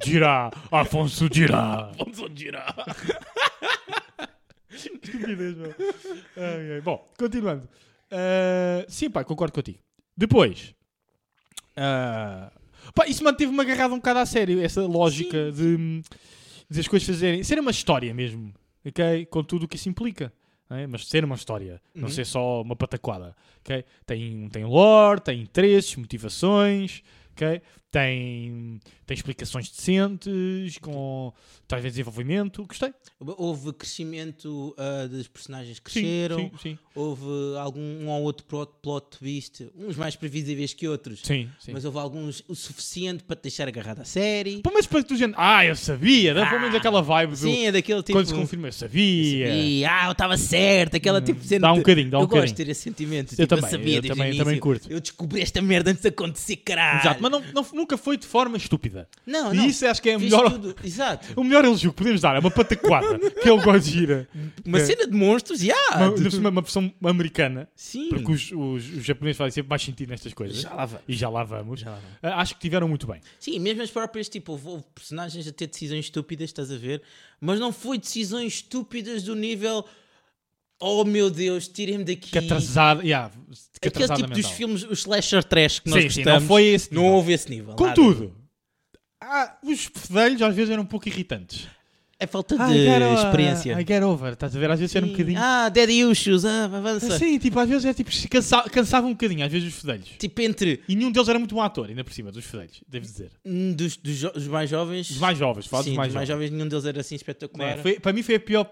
Girá, Afonso Girá.
Afonso
<laughs>
Zila!
Estupidez, meu. Ai, ai. Bom, continuando. Ah, sim, pá, concordo contigo. Depois. ah, pá, isso manteve-me agarrado um bocado a sério, essa lógica de, de as coisas fazerem. Ser uma história mesmo, ok? Com tudo o que isso implica. não é? Mas ser uma história,
Uhum.
não ser só uma pataquada. ok? Tem, tem lore, tem interesses, motivações. ok? tem, tem explicações decentes, com talvez desenvolvimento. Gostei.
Houve crescimento ah, dos personagens que cresceram,
Sim, sim, sim.
houve algum um ou outro plot, plot twist, uns mais previsíveis que outros,
sim, sim.
mas houve alguns o suficiente para te deixar agarrado à série.
Pelo menos para tu gente. Ah, eu sabia! Dá pelo menos aquela vibe do.
Ah, Sim, é daquele tipo.
quando se confirma, eu sabia!
E, ah, eu estava certo, aquela tipo sendo.
Dá um bocadinho, dá um
eu
bocadinho.
gosto de ter esse sentimento.
Eu
tipo,
também,
sabia
eu
desde o
também-
início.
também curto.
Eu descobri esta merda antes de acontecer, caralho.
Exato, mas não, não- nunca foi de forma estúpida.
Não,
e
Oh, não.
isso acho que é a
Fiz
melhor, <laughs>
tudo- Exato.
o melhor elogio que podemos dar. É uma pataquada que é o Godzilla.
Uma
É.
cena de monstros, já. Tipo,
Uma, ainda por cima, uma versão americana.
Sim.
Porque os, os, os japoneses fazem sempre mais sentido nestas coisas.
Já lá vamos.
E já lá vamos.
Já lá vamos.
Ah, acho que tiveram muito bem.
Sim, mesmo as próprias, tipo, houve- houve personagens a ter decisões estúpidas, estás a ver? Mas não foi decisões estúpidas do nível. Oh meu Deus, tirem-me daqui.
Que atrasada. Yeah, que
Aquele
atrasada
tipo dos
mental.
filmes, os slasher trash que nós
Sim, sim,
gostamos.
não foi esse
Não
nível.
houve esse nível. nada.
Contudo, ah, os fedelhos às vezes eram um pouco irritantes.
É falta
Ah,
de
get over,
experiência.
I get over. Estás a ver? Às vezes era um
Sim.
bocadinho.
Ah, Daddy Issues, ah, avança.
Sim, tipo, às vezes é tipo. Cansa... Cansava um bocadinho, às vezes os fedelhos.
Tipo, entre
E nenhum deles era muito bom ator, ainda por cima, dos fedelhos, devo dizer.
hum, dos, dos jo- dos mais jovens.
Os mais jovens, falo
Sim,
dos mais, jovens.
nenhum deles era assim espetacular.
É, foi- para mim foi a pior.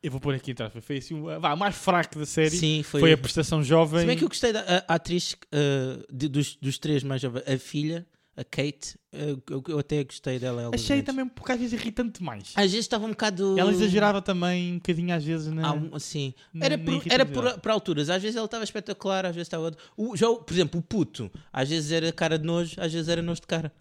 Eu vou pôr aqui atrás. Foi assim, o- vá, a mais fraco da série.
Sim, foi.
foi... a prestação
Se
jovem.
bem que eu gostei da a- a atriz ah, de- dos, dos três mais jovens, a filha, a Kate, ah, eu, eu até gostei dela. em alguns
Achei
momentos.
também um bocado às vezes irritante demais.
Às vezes estava um bocado.
Ela é exagerava também um bocadinho às vezes na.
Há um- assim.
Na-
Era,
na
por, era
irritabilidade.
por, por alturas. Às vezes ela estava espetacular, às vezes estava. O, já, o- por exemplo, o puto. Às vezes era cara de nojo, às vezes era nojo de cara.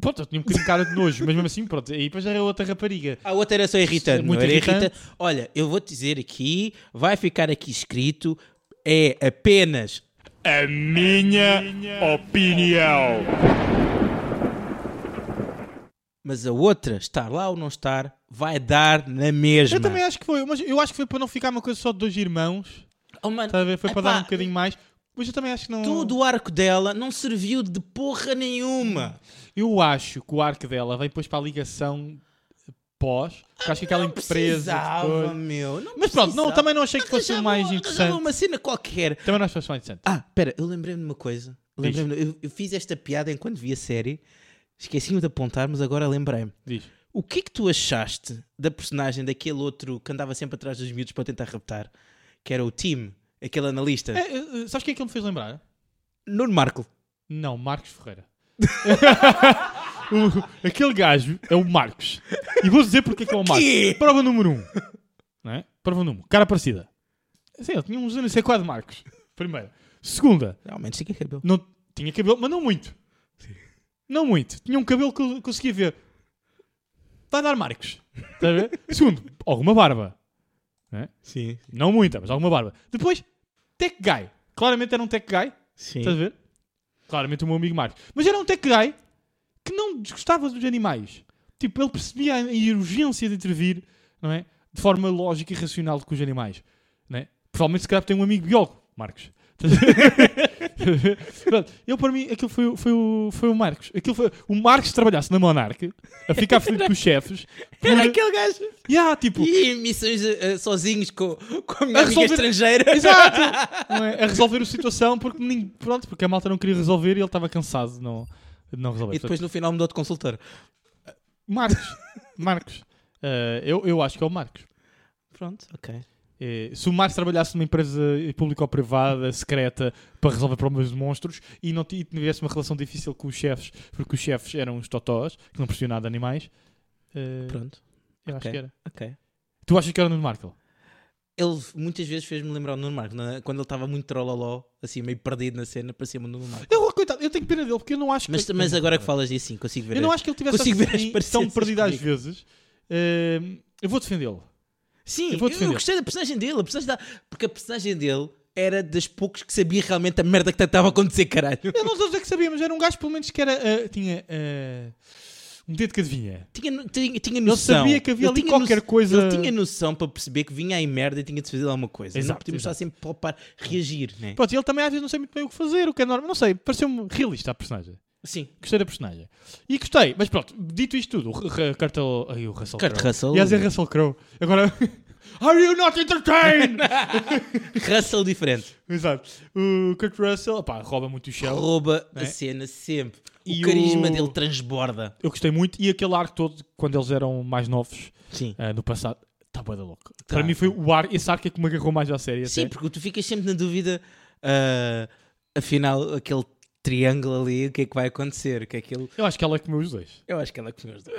Pronto, eu tinha um bocadinho de cara de nojo, mas mesmo assim, pronto. E depois era outra rapariga.
A outra era só irritante.
é Muito
não era
irritante.
irritante. Olha, eu vou te dizer aqui, vai ficar aqui escrito, é apenas.
A minha, opinião.
Mas a outra, estar lá ou não estar, vai dar na mesma.
Eu também acho que foi, mas eu acho que foi para não ficar uma coisa só de dois irmãos.
Oh, mano,
Está a ver? Foi para
epá,
dar um bocadinho mais. Mas eu também acho que não.
Todo o arco dela não serviu de porra nenhuma.
Eu acho que o arco dela vem depois para a ligação pós. Porque acho que aquela empresa.
Precisava,
depois-
meu. não
Mas pronto, não,
precisava.
também não achei que fosse
Arranjava-
o mais
arranjava
interessante.
uma cena qualquer.
Também não acho que fosse mais interessante.
Ah, pera, eu lembrei-me de uma coisa.
Diz.
Lembrei-me, eu, eu fiz esta piada enquanto vi a série. Esqueci-me de apontar, mas agora lembrei-me.
Diz.
O que é que tu achaste da personagem daquele outro que andava sempre atrás dos miúdos para tentar raptar? Que era o Tim, aquele analista.
É, é, é, sabes quem é que ele me fez lembrar?
Nuno Marco.
Não, Marcos Ferreira. <laughs> O- aquele gajo é o Marcos. E vou dizer porque é que é o Marcos.
Quê?
Prova número 1. Um. Não é? Prova número 1. Um. Cara parecida. Sim, ele tinha uns anos, sei quase Marcos. Primeira. Segunda.
Realmente tinha cabelo.
Não, tinha cabelo, mas não muito. Não muito. Tinha um cabelo que eu conseguia ver. Vai dar Marcos. Está a ver? Segundo, alguma barba.
Sim.
Não muita, mas alguma barba. Depois, tech guy. Claramente era um tech guy.
Sim.
Estás a ver? Claramente o meu amigo Marcos. Mas era um tech guy que não desgostava dos animais. Tipo, ele percebia a a urgência de intervir, não é? De forma lógica e racional com os animais, não é? Provavelmente se calhar tem um amigo biólogo, Marcos. Estás a ver? Pronto, eu para mim, aquilo foi, o- foi, o, foi o Marcos. Aquilo foi, o Marcos trabalhasse na Monarca, a ficar feliz com os chefes. Por,
Era aquele gajo.
Yeah, tipo,
E missões eh, sozinhos com, com a minha
A
amiga
resolver-
estrangeira.
Exato! Não é? A resolver a situação, porque, ninguém- pronto, porque a malta não queria resolver e ele estava cansado de não, de não resolver.
E depois no final mudou de consultor.
Marcos, Marcos. Eh, eu, eu acho que é o Marcos.
Pronto, ok.
Eh, se o Marcos trabalhasse numa empresa pública ou privada, secreta, para resolver problemas de monstros e não ti- e tivesse uma relação difícil com os chefes, porque os chefes eram os totós, que não percebiam nada de animais, eh,
Pronto,
eu acho
ok.
que era.
ok.
Tu achas que era o Nuno Markle?
Ele muitas vezes fez-me lembrar o Nuno Marco, na- quando ele estava muito trololó, assim, meio perdido na cena, parecia o Nuno Marco.
Eu, oh, coitado, eu tenho pena dele, porque eu não acho
Mas,
que.
mas agora que falas disso, sim, consigo ver. É.
Eu não acho que ele tivesse
Consigo ver as
assim tão
parecenças
perdido às
comigo.
vezes. Eh, eu vou defendê-lo.
Sim,
eu
eu,
vou
eu
defender.
gostei da personagem dele, a personagem da... porque a personagem dele era das poucos que sabia realmente a merda que estava a acontecer, caralho.
Eu não sei dizer que sabia, mas era um gajo pelo menos que era. eh, tinha. eh, um dedo que adivinha.
Tinha, no- tinha, tinha
Ele
noção.
sabia que havia
Ele
ali
tinha
qualquer
noção-
coisa.
Ele tinha noção para perceber que vinha aí merda e tinha de fazer alguma coisa. não
Exato,
podíamos estar
exato.
sempre para, para reagir, né?
Pronto, e ele também às vezes não sei muito bem o que fazer, o que é normal. Não sei, pareceu-me realista a personagem.
Sim.
Gostei da personagem. E gostei, mas pronto, dito isto tudo, o R- R- Cartel. Ai, o Russell
Kurt
Crowe.
Russell.
Ia dizer Russell Crowe. Agora. <laughs> Are you
<laughs>
not entertained?
Russell diferente.
Exato. O Kurt Russell, pá, rouba muito o show.
Rouba
Né?
a cena sempre.
E
o carisma dele transborda.
Eu gostei muito. E aquele arco todo, quando eles eram mais novos,
Sim.
ah, no passado, está bué da louco.
Tá.
Para mim foi o ar, esse arco é que me agarrou mais à série.
Sim,
até.
porque tu ficas sempre na dúvida, ah, afinal, aquele triângulo ali, o que é que vai acontecer? O que é que ele...
Eu acho que ela comeu os dois.
Eu acho que ela comeu os <laughs> dois.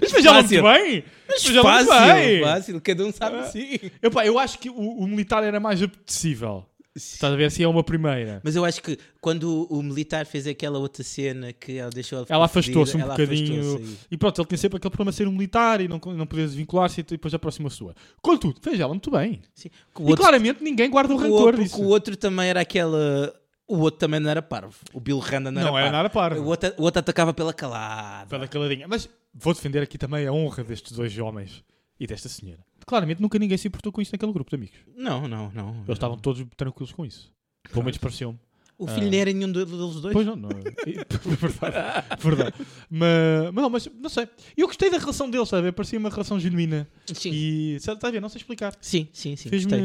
Mas veja muito
Fácil.
bem! Mas veja muito
Fácil,
bem!
fácil, cada um
Ah.
sabe assim.
Eu, pá, eu acho que o, o militar era mais apetecível. Estás a ver? Assim é uma primeira.
Mas eu acho que quando o, o militar fez aquela outra cena que ela deixou ficar
Ela afastou-se um
fodida, ela
bocadinho.
afastou-se
E pronto, ele tem sempre aquele problema de ser um militar e não, não poder desvincular-se e depois aproxima a sua. Contudo, veja ela muito bem.
aí. Sim. Que o
E
outro-
claramente ninguém guarda o
porque o
rancor
outro-
disso.
porque o outro também era aquela. O outro também não era parvo. O Bill Randa não,
Não era nada parvo.
O outro, o outro atacava pela calada.
Pela caladinha. Mas vou defender aqui também a honra destes dois homens e desta senhora. Claramente nunca ninguém se importou com isso naquele grupo de amigos.
Não, não, não.
Eles estavam todos tranquilos com isso. Pelo menos pareceu-me.
O filho não era nenhum do- deles dois.
Ah. Pois
<laughs>
não, não. verdade. verdade. Mas, mas não, mas não sei. Eu gostei da relação deles, sabe? Parecia uma relação genuína.
Sim.
E, sabe, estás a ver? Não sei explicar.
sim, sim, sim. gostei.
Fez-me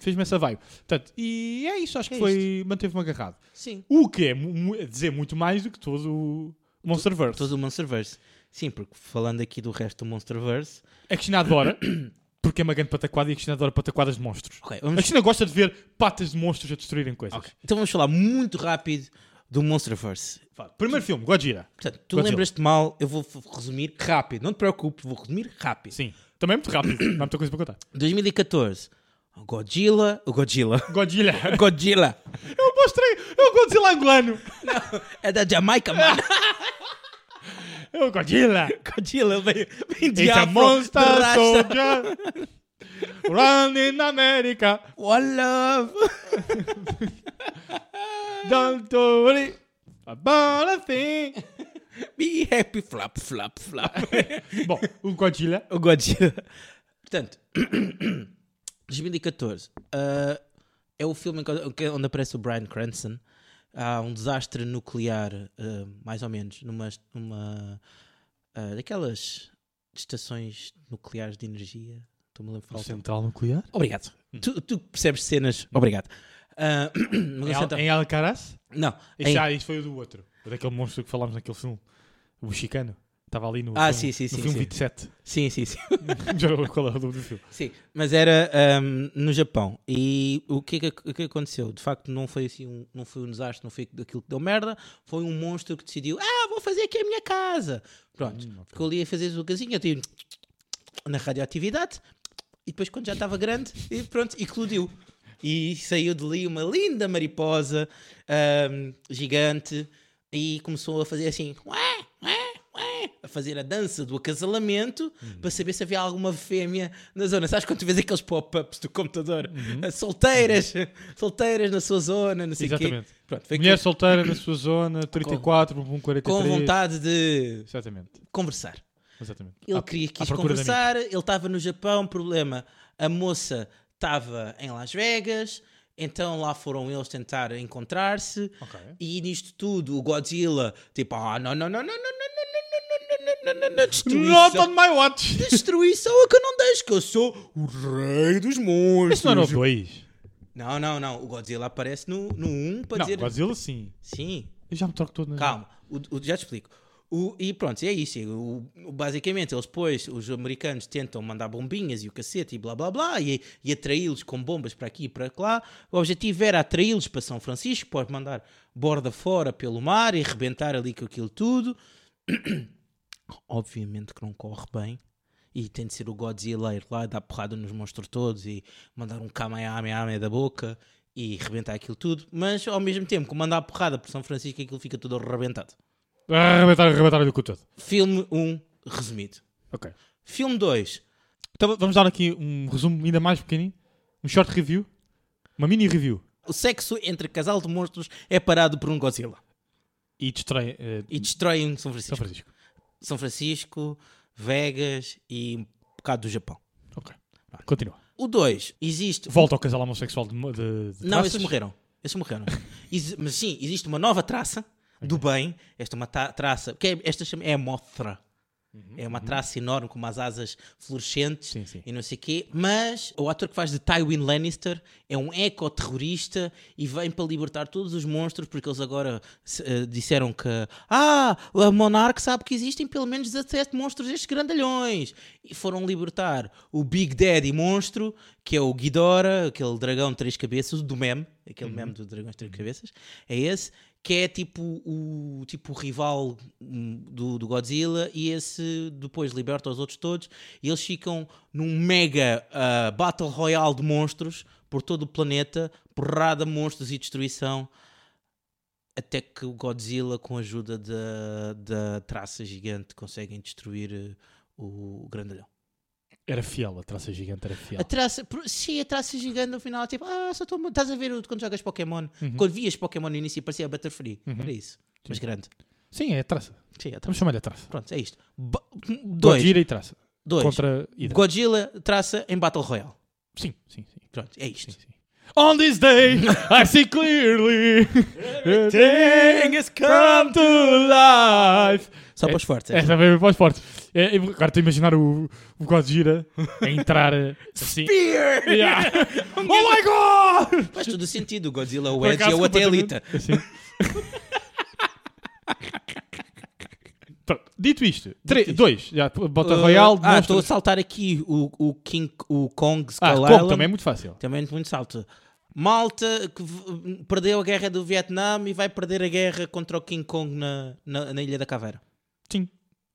fez essa vibe. Portanto, e é isso. Acho que
É
foi. Manteve-me agarrado.
Sim.
O que é mu- mu- dizer muito mais do que todo o Monsterverse.
Todo o Monsterverse. Sim, porque falando aqui do resto do Monsterverse.
A Cristina adora, <coughs> porque é uma grande pataquada e a Cristina adora pataquadas de monstros.
Ok,
A
vamos
Cristina gosta de ver patas de monstros a destruírem coisas.
Ok, Então vamos falar muito rápido do Monsterverse.
Vá, Primeiro filme, Godzilla.
Portanto, tu
Godzilla.
lembras-te mal, eu vou f- resumir rápido. Não te preocupes, vou resumir rápido.
Sim. Também é muito rápido, <coughs> não há muita coisa para contar.
2014, o Godzilla, o Godzilla, <laughs>
Godzilla.
o Godzilla,
<coughs> Eu mostrei. É o Godzilla angolano.
é da Jamaica,
<laughs>
mano.
É o Godzilla.
Godzilla vem, vem de
It's a
afro,
monster
de rasta.
soldier. Run in America.
What love? <laughs>
Don't worry about a thing.
Be happy, flap, flap, flap.
<laughs> Bom, o Godzilla.
o Godzilla. Portanto, <clears throat> 2014. ah, é o filme em que- em que- onde aparece o Brian Cranston. Há um desastre nuclear, ah, mais ou menos, numa, numa ah, daquelas estações nucleares de energia. Estou-me a lembrar.
Central nuclear.
Obrigado. Tu, tu percebes cenas. Obrigado. Ah, <clears throat>
Em,
não,
Al em Alcaraz?
não, é
Isso,
em-
ah, isso foi o do outro. O Daquele monstro que falámos naquele filme. O mexicano. Estava ali no
Ah, sim,
filme,
sim,
no
sim,
filme
sim.
27.
Sim, sim, sim.
<laughs> Já não lembro qual era o nome do filme.
Sim, mas era ahm, no Japão. E o que, é que, o que é que aconteceu? De facto, não foi assim, um, não foi um desastre, não foi aquilo que deu merda. Foi um monstro que decidiu: ah, vou fazer aqui a minha casa. Pronto, ficou ali a fazer sua casinha, tipo, na radioatividade. E depois, quando já estava grande, e pronto, eclodiu. E saiu dali uma linda mariposa ahm, gigante e começou a fazer assim: ué, ué, ué, a fazer a dança do acasalamento para saber se havia alguma fêmea na zona. Sabes quando tu vês aqueles pop-ups do computador? Ah, Solteiras, solteiras na sua zona, não sei o quê.
Exatamente.
Pronto, foi
Mulher solteira na sua zona, 34, bumbum
com,
43.
com vontade de
Exatamente.
conversar.
Exatamente.
Ele
À-
queria,
à
quis
procura de amigos.
conversar, ele estava no Japão, problema, a moça estava em Las Vegas, então lá foram eles tentar encontrar-se,
Ok.
e nisto tudo o Godzilla, tipo, ah, não, não, não, não, não, não, não, não, não, não, não, não, não,
Not
destruição,
on my watch!
<laughs> destruição é que eu não deixo, que eu sou o rei dos monstros.
Este não é era o 2.
Não, não, não, o Godzilla aparece no 1 um para
Não,
dizer...
Godzilla sim.
Sim,
Eu já me troco todo na.
Calma, o- o- já te explico. O- e pronto, é isso. O- o- basicamente, eles depois, os americanos tentam mandar bombinhas e o cacete e blá blá blá e, e atraí-los com bombas para aqui e para lá. O objetivo era atraí-los para São Francisco, para os mandar borda fora pelo mar e rebentar ali com aquilo tudo. <coughs> Obviamente que não corre bem. E tem de ser o Godzilla ir lá e dar porrada nos monstros todos e mandar um Kamehameha da boca e rebentar aquilo tudo. Mas ao mesmo tempo, que mandar porrada por São Francisco, aquilo fica tudo arrebentado.
Arrebentar, arrebentar do cu todo.
Filme 1, resumido.
Ok.
Filme 2,
Então vamos dar aqui um resumo ainda mais pequenino. Um short review. Uma mini review.
o sexo entre casal de monstros é parado por um Godzilla
E distrai. eh,
e destrói um São
São
Francisco.
Francisco.
São Francisco, Vegas e um bocado do Japão.
Ok. Continua.
O 2, existe.
Volta ao casal homossexual de. de, de
Não,
traças.
esses morreram. Esses morreram. Exi- Mas sim, existe uma nova traça do bem. Esta é uma ta- traça. Que é, esta chama, é a Mothra. É uma traça enorme, com umas asas fluorescentes
Uhum. Sim, sim.
e não sei o quê. Mas o ator que faz de Tywin Lannister é um ecoterrorista e vem para libertar todos os monstros, porque eles agora se- eh, disseram que ah, a Monarch sabe que existem pelo menos 17 monstros estes grandalhões. E foram libertar o Big Daddy monstro, que é o Ghidorah, aquele dragão de três cabeças, do meme,
Uhum.
aquele meme do dragão de três cabeças, é esse que é tipo o tipo o rival hum, do, do Godzilla e esse depois liberta os outros todos e eles ficam num mega ah, battle royale de monstros por todo o planeta, porrada, monstros e destruição até que o Godzilla com a ajuda da, da traça gigante conseguem destruir eh, o grandalhão.
Era fiel, a traça gigante era fiel.
A traça, por- sim, a traça gigante no final, tipo, ah, só estou. Estás a ver o- quando jogas Pokémon? Quando vias Pokémon no início parecia a Butterfree. Era isso. Mas grande.
Sim, é a traça.
Sim, a traça.
Vamos chamar-lhe a traça.
Pronto, é isto. Ba- dois.
Godzilla e traça.
dois.
Contra Hydra.
Godzilla traça em Battle Royale.
Sim, sim, sim.
Pronto, é isto.
sim. On this <laughs> day, I see clearly everything has come to life.
Só para os fortes. é.
Essa foi bem para os fortes. É, eu- agora estou a imaginar o, o Godzilla a entrar eh, assim.
Spear!
Yeah. <laughs> oh my god!
Faz todo o sentido. O Godzilla, o
Por
Edge e
acaso,
eu até a
completamente-
Elita.
Assim. Pronto, Dito isto, três,
isto.
dois, já, Bota Royal,
ah, estou a saltar aqui o, o King o Kong Skull
ah,
Island.
como, também é muito fácil.
Também muito salto. Malta que v- perdeu a guerra do Vietnã e vai perder a guerra contra o King Kong na, na, na Ilha da Caveira.
Sim.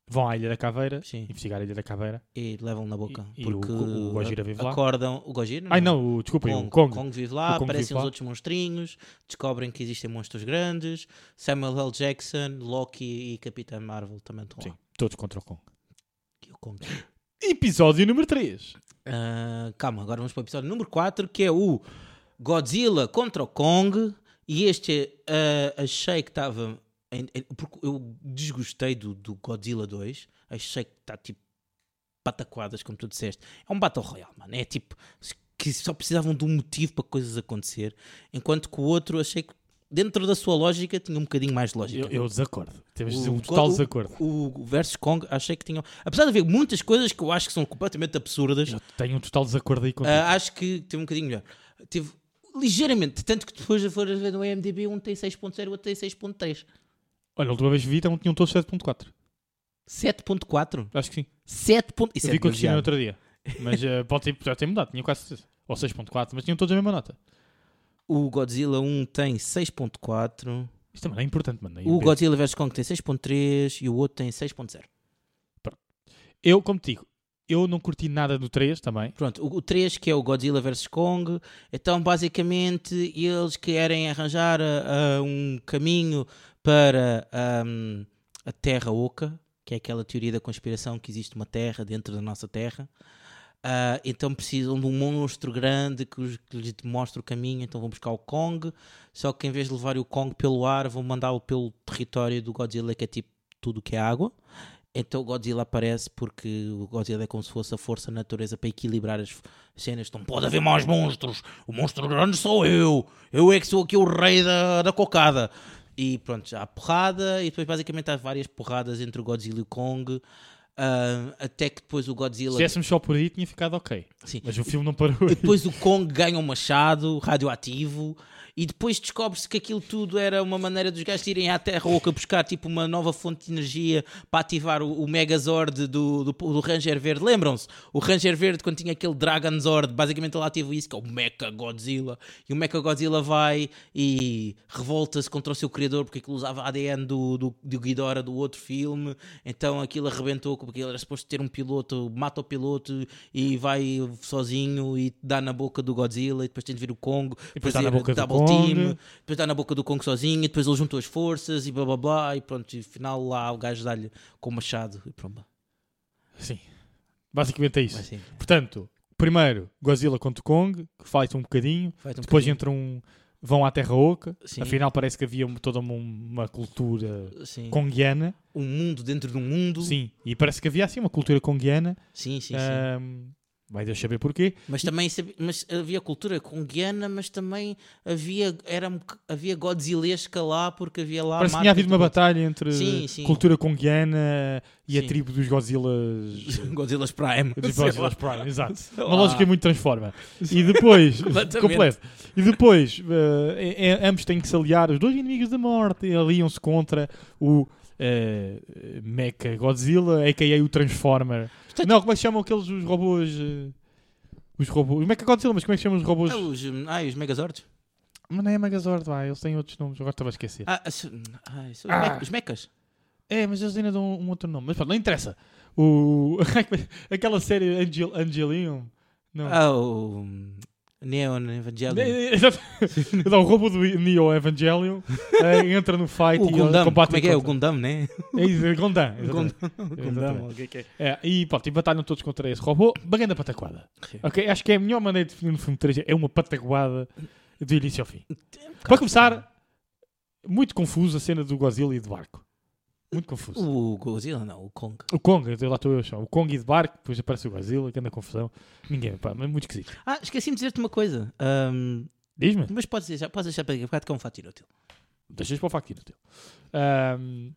Vão à Ilha da Caveira,
Sim.
investigar a Ilha da Caveira.
E levam na boca.
E- e
porque
o- o Gojira vive lá?
acordam o Gojira.
Ai não, o, desculpa,
Hum. Kong,
o Kong.
Kong vive lá,
O Kong
aparecem
vive
os
lá.
outros monstrinhos, descobrem que existem monstros grandes. Samuel L. Jackson, Loki e Capitã Marvel também estão
Sim, É.
lá.
todos contra o Kong.
E o Kong.
Episódio número 3.
Ah, calma, agora vamos para o episódio número 4, que é o Godzilla contra o Kong. E este ah, achei que estava. em- em- Porque eu desgostei do, do Godzilla 2. Achei que está tipo pataquadas, como tu disseste. É um Battle Royale, mano. É tipo. Que só precisavam de um motivo para coisas acontecer. Enquanto que o outro achei que, dentro da sua lógica, tinha um bocadinho mais de lógica.
Eu, eu desacordo. Temos
O
um
Go-
total
o-
desacordo.
O, versus Kong, achei que tinham. Apesar de haver muitas coisas que eu acho que são completamente absurdas.
Eu tenho um total desacordo aí contigo.
Ah, acho que teve um bocadinho melhor. Teve ligeiramente, tanto que depois de fores ver no IMDb, um tem 6.0, outro tem 6.3.
Olha, a última vez que vi, então, tinham todos 7.4.
7.4?
Acho que sim.
7.
eu vi com a Cristina no outro dia. Mas eh, pode ter, já ter mudado, tinha quase certeza. Ou 6.4, mas tinham todos a mesma nota.
O Godzilla 1 tem 6.4.
Isto também é importante, mano.
O Godzilla vs Kong tem 6.3 e o outro tem 6.0.
Eu, como te digo, eu não curti nada do 3 também.
Pronto, o, o 3 que é o Godzilla vs Kong. Então, basicamente, eles querem arranjar ah, ah, um caminho para ahm, a Terra Oca, que é aquela teoria da conspiração que existe uma Terra dentro da nossa Terra. Ah, então precisam de um monstro grande que, os- que lhes mostre o caminho. Então vão buscar o Kong. Só que em vez de levar o Kong pelo ar, vão mandá-lo pelo território do Godzilla, que é tipo tudo que é água. Então o Godzilla aparece porque o Godzilla é como se fosse a força da natureza para equilibrar as f- cenas. Não pode haver mais monstros. O monstro grande sou eu. Eu é que sou aqui o rei da, da cocada. E pronto, já há porrada. E depois basicamente há várias porradas entre o Godzilla e o Kong. ah, até que depois o
Se é
Godzilla.
tivéssemos só por aí, tinha ficado ok.
Sim.
Mas o filme não parou.
E depois o Kong ganha um machado radioativo e depois descobre-se que aquilo tudo era uma maneira dos gajos irem à Terra Oca buscar tipo uma nova fonte de energia para ativar o, o Megazord do, do, do Ranger Verde. Lembram-se? O Ranger Verde quando tinha aquele Dragon Zord, basicamente ele ativa isso que é o Mecha Godzilla. E o Mecha Godzilla vai e revolta-se contra o seu criador porque aquilo usava ADN do, do, do Ghidorah do outro filme. Então aquilo arrebentou porque ele era suposto ter um piloto, mata o piloto e vai sozinho e dá na boca do Godzilla e depois tem de vir o Kong,
depois dá
fazer
na boca do
double
Kong.
team, depois dá na boca do Kong sozinho e depois ele juntou as forças e blá blá blá e pronto, e final lá o gajo dá-lhe com o machado e pronto.
<laughs> Sim. Basicamente é isso.
Mas sim,
Portanto, primeiro Godzilla contra Kong, que fight um bocadinho,
fight um
depois
bocadinho.
entra um. vão à Terra Oca,
Sim.
afinal parece que havia um- toda uma, uma cultura
Sim.
conguiana,
um mundo dentro de um mundo.
sim, e parece que havia assim uma cultura conguiana,
sim, sim. sim.
ahm, Vai Deus saber porquê.
Mas também sabi- mas havia cultura conguiana, mas também havia, era, um boc- havia godzilesca lá porque havia lá.
Parece que
marca
tinha havido
de-
uma batalha entre
Sim, sim.
cultura conguiana e
Sim.
a tribo
<laughs>
dos Godzillas.
Godzilla's Prime.
Dos
sei lá.
Godzillas Prime, exato.
<laughs> Sei
Uma
lá.
lógica muito transforma. E depois,
<laughs> Completamente.
completo. E depois, eh, eh, ambos têm que se aliar, os dois inimigos da morte, e aliam-se contra o eh, Mecha Godzilla, a.k.a. o Transformer.
Portanto-
Não, como é que chamam aqueles os robôs? eh, os robôs. Os Mecha Godzilla, mas como é que chamam os robôs?
Ah, os, ai, os Megazords?
Mas não é Megazord, vai, eles têm outros nomes, agora estava a esquecer.
Ah, ah, se- ai, são os,
Ah.
me- os mecas.
É, mas eles ainda dão um outro nome. Mas pronto, não interessa. O... <laughs> Aquela série Angel... Angelium. Não. <laughs>
Ah, o Neon Evangelion.
Exato. Então, o robô do Neo Evangelion eh, entra no fight
O
e
Gundam.
combate
Como é que é? O
contra-
Gundam,
<laughs>
né?
É isso, é Gundam. exatamente.
Gundam, o que é que é?
É, e pronto, e batalham todos contra esse robô. Baganda pataquada.
Sim.
Ok, acho que é a melhor maneira de definir no filme 3 é uma pataquada do início ao
Um
fim. Para começar, muito confuso a cena do Godzilla e do barco. Muito confuso.
O Godzilla, não, o Kong.
O Kong, eu- lá estou eu a chamar. O Kong e de barco, depois aparece o Godzilla, que anda confusão. Ninguém, pá, mas muito esquisito.
Ah, esqueci-me de dizer-te uma coisa. Ahm,
Diz-me,
mas podes deixar, podes deixar para daqui a bocado que é um fato inútil.
deixas para o facto inútil. Ahm,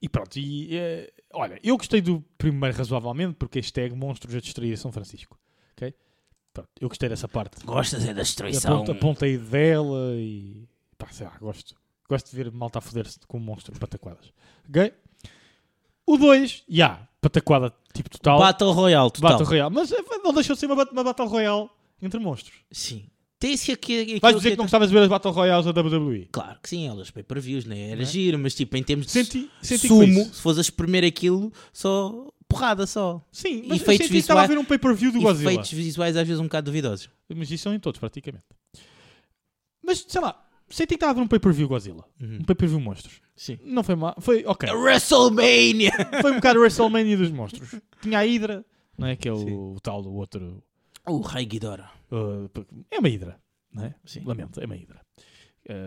e pronto, e, eh, olha, eu gostei do primeiro razoavelmente, porque é hashtag monstros a destruir São Francisco. Ok? Pronto, eu gostei dessa parte.
Gostas é da destruição.
Aponta, apontei dela e pá, sei lá, gosto. Gosto de ver malta a foder-se com um monstro de pataquadas. Ok? O 2, já, pataquada tipo total.
Battle Royale, total.
Battle Royale. Mas eh, não deixou de ser uma, bat- uma Battle Royale entre monstros.
Sim. Tem-se aqui. aquilo
Vais dizer
que
que
é
não gostavas de ver as Battle Royales da WWE?
Claro que sim, elas pay per views, né? Era
Não é?
giro, mas tipo, em termos de
Senti, senti que foi
sumo,
isso.
se fosse a espremer aquilo, só porrada só.
Sim, mas
efeitos
senti que estava a
visuais-
ver um pay-per-view do Godzilla.
Efeitos visuais às vezes um bocado duvidosos.
Mas isso são em todos, praticamente. Mas, sei lá, senti que estava a ver um pay-per-view Godzilla.
Uhum.
Um pay-per-view monstros.
Hum. Sim.
Não foi mal. Foi, ok.
WrestleMania!
Foi um bocado WrestleMania dos monstros. Tinha a Hydra, não é? Que é o, o tal do outro...
<laughs> O Rei Ghidorah.
uh, é uma Hydra, não é?
Sim.
Lamento, é uma Hidra.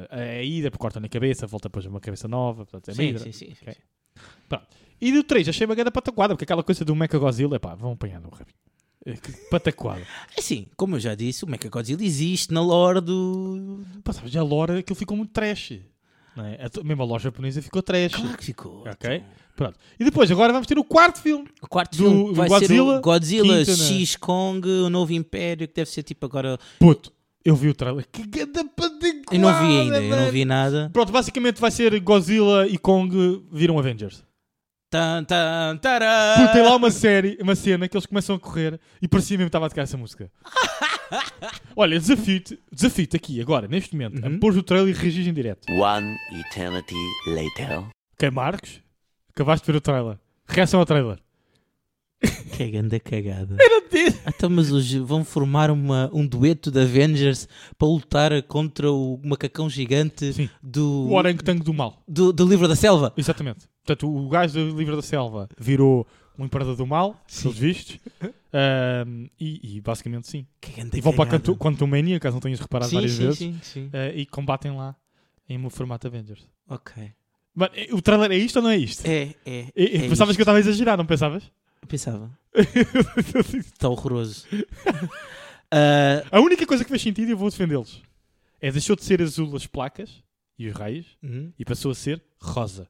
é a Hidra, porque corta na cabeça, volta depois a uma cabeça nova, portanto, é uma
Sim,
Hidra.
sim, sim. sim,
Ok.
sim.
E do 3, achei uma grande pataquada, porque aquela coisa do Mecha Godzilla, pá, vão apanhar no rabinho. É, que
<laughs>
Pataquada.
Assim, como eu já disse, o Mechagodzilla existe na lore do.
Pá, sabes, a lore, aquilo ficou muito trash. Não é? A to- mesmo a loja japonesa ficou trash.
Claro que ficou.
Ok.
Então,
Pronto. E depois, agora vamos ter o quarto filme.
O quarto
Do-
filme
do
vai ser
Godzilla,
o Godzilla
quinto, né?
X Kong, o novo império, que deve ser tipo agora.
Puto, eu vi o trailer. Que grande pataquada!
Eu não vi ainda, eu não
mano.
vi nada.
Pronto, basicamente vai ser Godzilla e Kong viram Avengers.
Tan, tan, tará.
Porque tem lá uma série, uma cena que eles começam a correr e parecia mesmo que estava a tocar
<laughs>
essa música. Olha, desafio-te, desafio-te aqui, agora, neste momento,
Uhum.
a pôr o trailer e reagir em direto.
One eternity later.
Ok, Marcos, acabaste de ver o trailer. Reação ao trailer.
Que grande cagada. Então, mas hoje vão formar uma, um dueto de Avengers para lutar contra o macacão gigante
Sim.
do,
O orangotango do mal.
do, do livro da selva.
Exatamente. Portanto, o gajo do Livro da Selva virou um imperador do mal, pelos vistos. Ahm, e, e basicamente sim.
Que grande
E vão para a
cagada.
Quantum- Quantumania, caso não tenhas reparado
sim,
várias
sim,
vezes.
Sim, sim,
eh, e combatem lá em formato Avengers.
Ok.
Mano, eh, o trailer é isto ou não é isto?
É, é.
E- e
é
pensavas
isto.
que eu estava a exagerar, não pensavas?
Eu
<laughs>
pensava. Está horroroso. Ah,
a única coisa que fez sentido, e eu vou defendê-los, é deixou de ser azul as placas e os raios
hum,
e passou a ser rosa.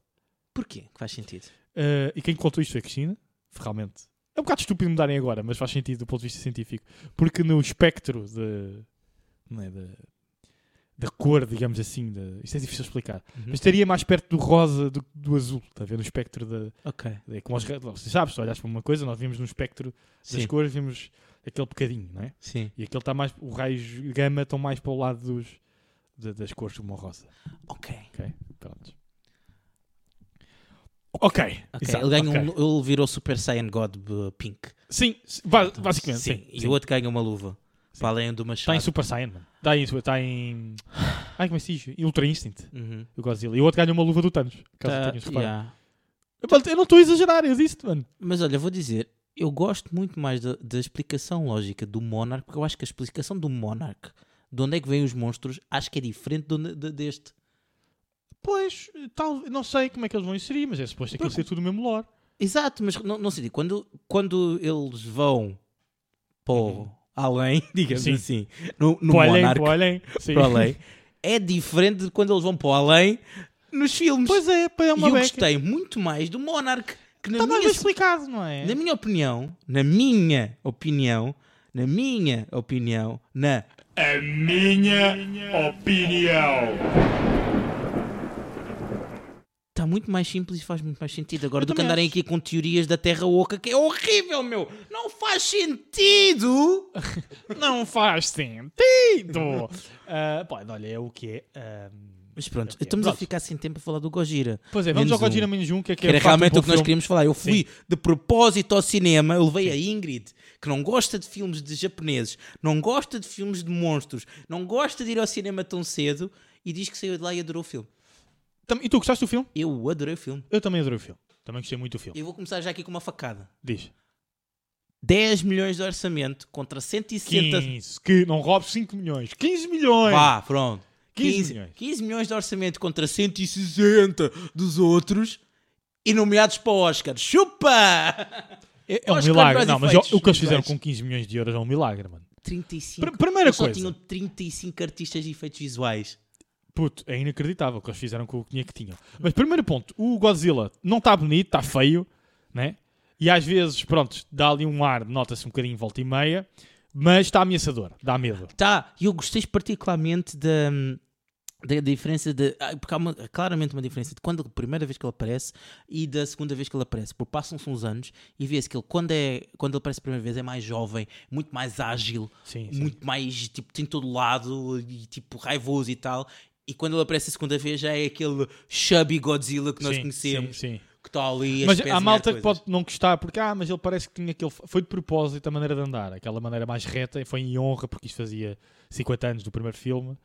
porquê? Que faz sentido.
Eh, e quem contou isto foi a Cristina, realmente. É um bocado estúpido mudarem agora, mas faz sentido do ponto de vista científico. Porque no espectro de, não é, da- da cor, digamos assim, de, isto é difícil de explicar,
Uhum.
mas estaria mais perto do rosa do que do azul, está a ver? No espectro da,
Ok.
É como os, vocês sabes, se olhares para uma coisa, nós vimos no espectro das
Sim,
cores, vimos aquele bocadinho, não é?
sim.
E aquele está mais, o raio gama estão mais para o lado dos, da- das cores como o rosa.
Ok.
Ok? Pronto. Ok.
Ok,
exato,
ele, ganha
ok.
um- ele virou Super Saiyan God uh, Pink.
Sim, s- ba- Ah, basicamente, Então, sim.
E
sim.
o outro ganha uma luva. Para além do
Está
machado.
em Super Saiyan, mano. Está em, está em... Ai, como é que se diz? Em Ultra Instinct.
Uhum.
O Godzilla. E o outro ganha uma luva do Thanos. Caso
Tá,
tenhas reparado.
yeah.
Mas Eu não estou a exagerar, eu disse mano.
Mas olha, vou dizer, eu gosto muito mais da, da explicação lógica do Monarch, porque eu acho que a explicação do Monarch, de onde é que vêm os monstros, acho que é diferente do, de- deste.
Pois, tal, não sei como é que eles vão inserir, mas é suposto aquilo ser tudo o mesmo lore.
Exato, mas não, não sei, quando, quando eles vão para o além, <laughs> digamos
Sim.
assim, no, no
Para além,
Monark,
para além. Sim.
para o além, é diferente de quando eles vão para o além nos filmes.
Pois é, pá, é
e
uma
eu
beca.
gostei muito mais do Monark, que na
Está
minha
mais bem explicado, não é?
Na minha opinião, na minha opinião, na minha opinião, na
A minha opinião.
está tá muito mais simples e faz muito mais sentido agora
Eu
do que
também
andarem
acho.
aqui com teorias da Terra Oca, que é horrível, meu! Não faz sentido!
Não faz sentido. <laughs> Ah, pá, olha, é o que é. ah,
Mas pronto,
Ok,
estamos a
pronto.
ficar sem tempo a falar do Gojira.
Pois é, vamos ao
Menos um.
Godzilla menos um, que é que
Que
é
era
de facto
realmente
um
o que nós
bom filme.
queríamos falar. Eu fui de propósito ao cinema, eu levei a Ingrid, que não gosta de filmes de japoneses, não gosta de filmes de monstros, não gosta de ir ao cinema tão cedo e diz que saiu de lá e adorou o filme.
Tam- E tu gostaste do filme?
Eu adorei o filme.
Eu também adorei o filme. Também gostei muito do filme.
Eu vou começar já aqui com uma facada.
Diz.
10 milhões de orçamento contra 160.
15. Que não roubes 5 milhões. 15 milhões.
Vá, pronto.
15 milhões.
15 milhões de orçamento contra 160 dos outros e nomeados para o Oscar. Chupa!
É, é um
Oscar
milagre.
Bros.
Não, mas
Efeitos
o o que eles fizeram
visuais.
com 15 milhões de euros é um milagre, mano.
35.
Pr- primeira
Eles
coisa.
Só tinham 35 artistas de efeitos visuais.
Puto, é inacreditável o que eles fizeram com o dinheiro que tinham. Mas primeiro ponto, o Godzilla não está bonito, está feio, né? E às vezes, pronto, dá ali um ar, nota-se um bocadinho volta e meia, mas está ameaçador, dá medo.
Tá, e eu gostei particularmente da, da diferença de. ah, Porque há uma- claramente uma diferença de quando a primeira vez que ele aparece e da segunda vez que ele aparece. Porque passam-se uns anos e vê-se que ele, quando, é, quando ele aparece a primeira vez, é mais jovem, muito mais ágil,
Sim,
muito mais, tipo, tem todo lado e, tipo, raivoso e tal. E quando ele aparece a segunda vez, já é aquele chubby Godzilla que nós conhecemos,
Sim, sim.
que está ali a
Mas há
espezinhar
malta que
coisas.
pode não gostar, porque ah, mas ele parece que tinha aquele. Foi de propósito a maneira de andar, aquela maneira mais reta, e foi em honra, porque isto fazia 50 anos do primeiro filme,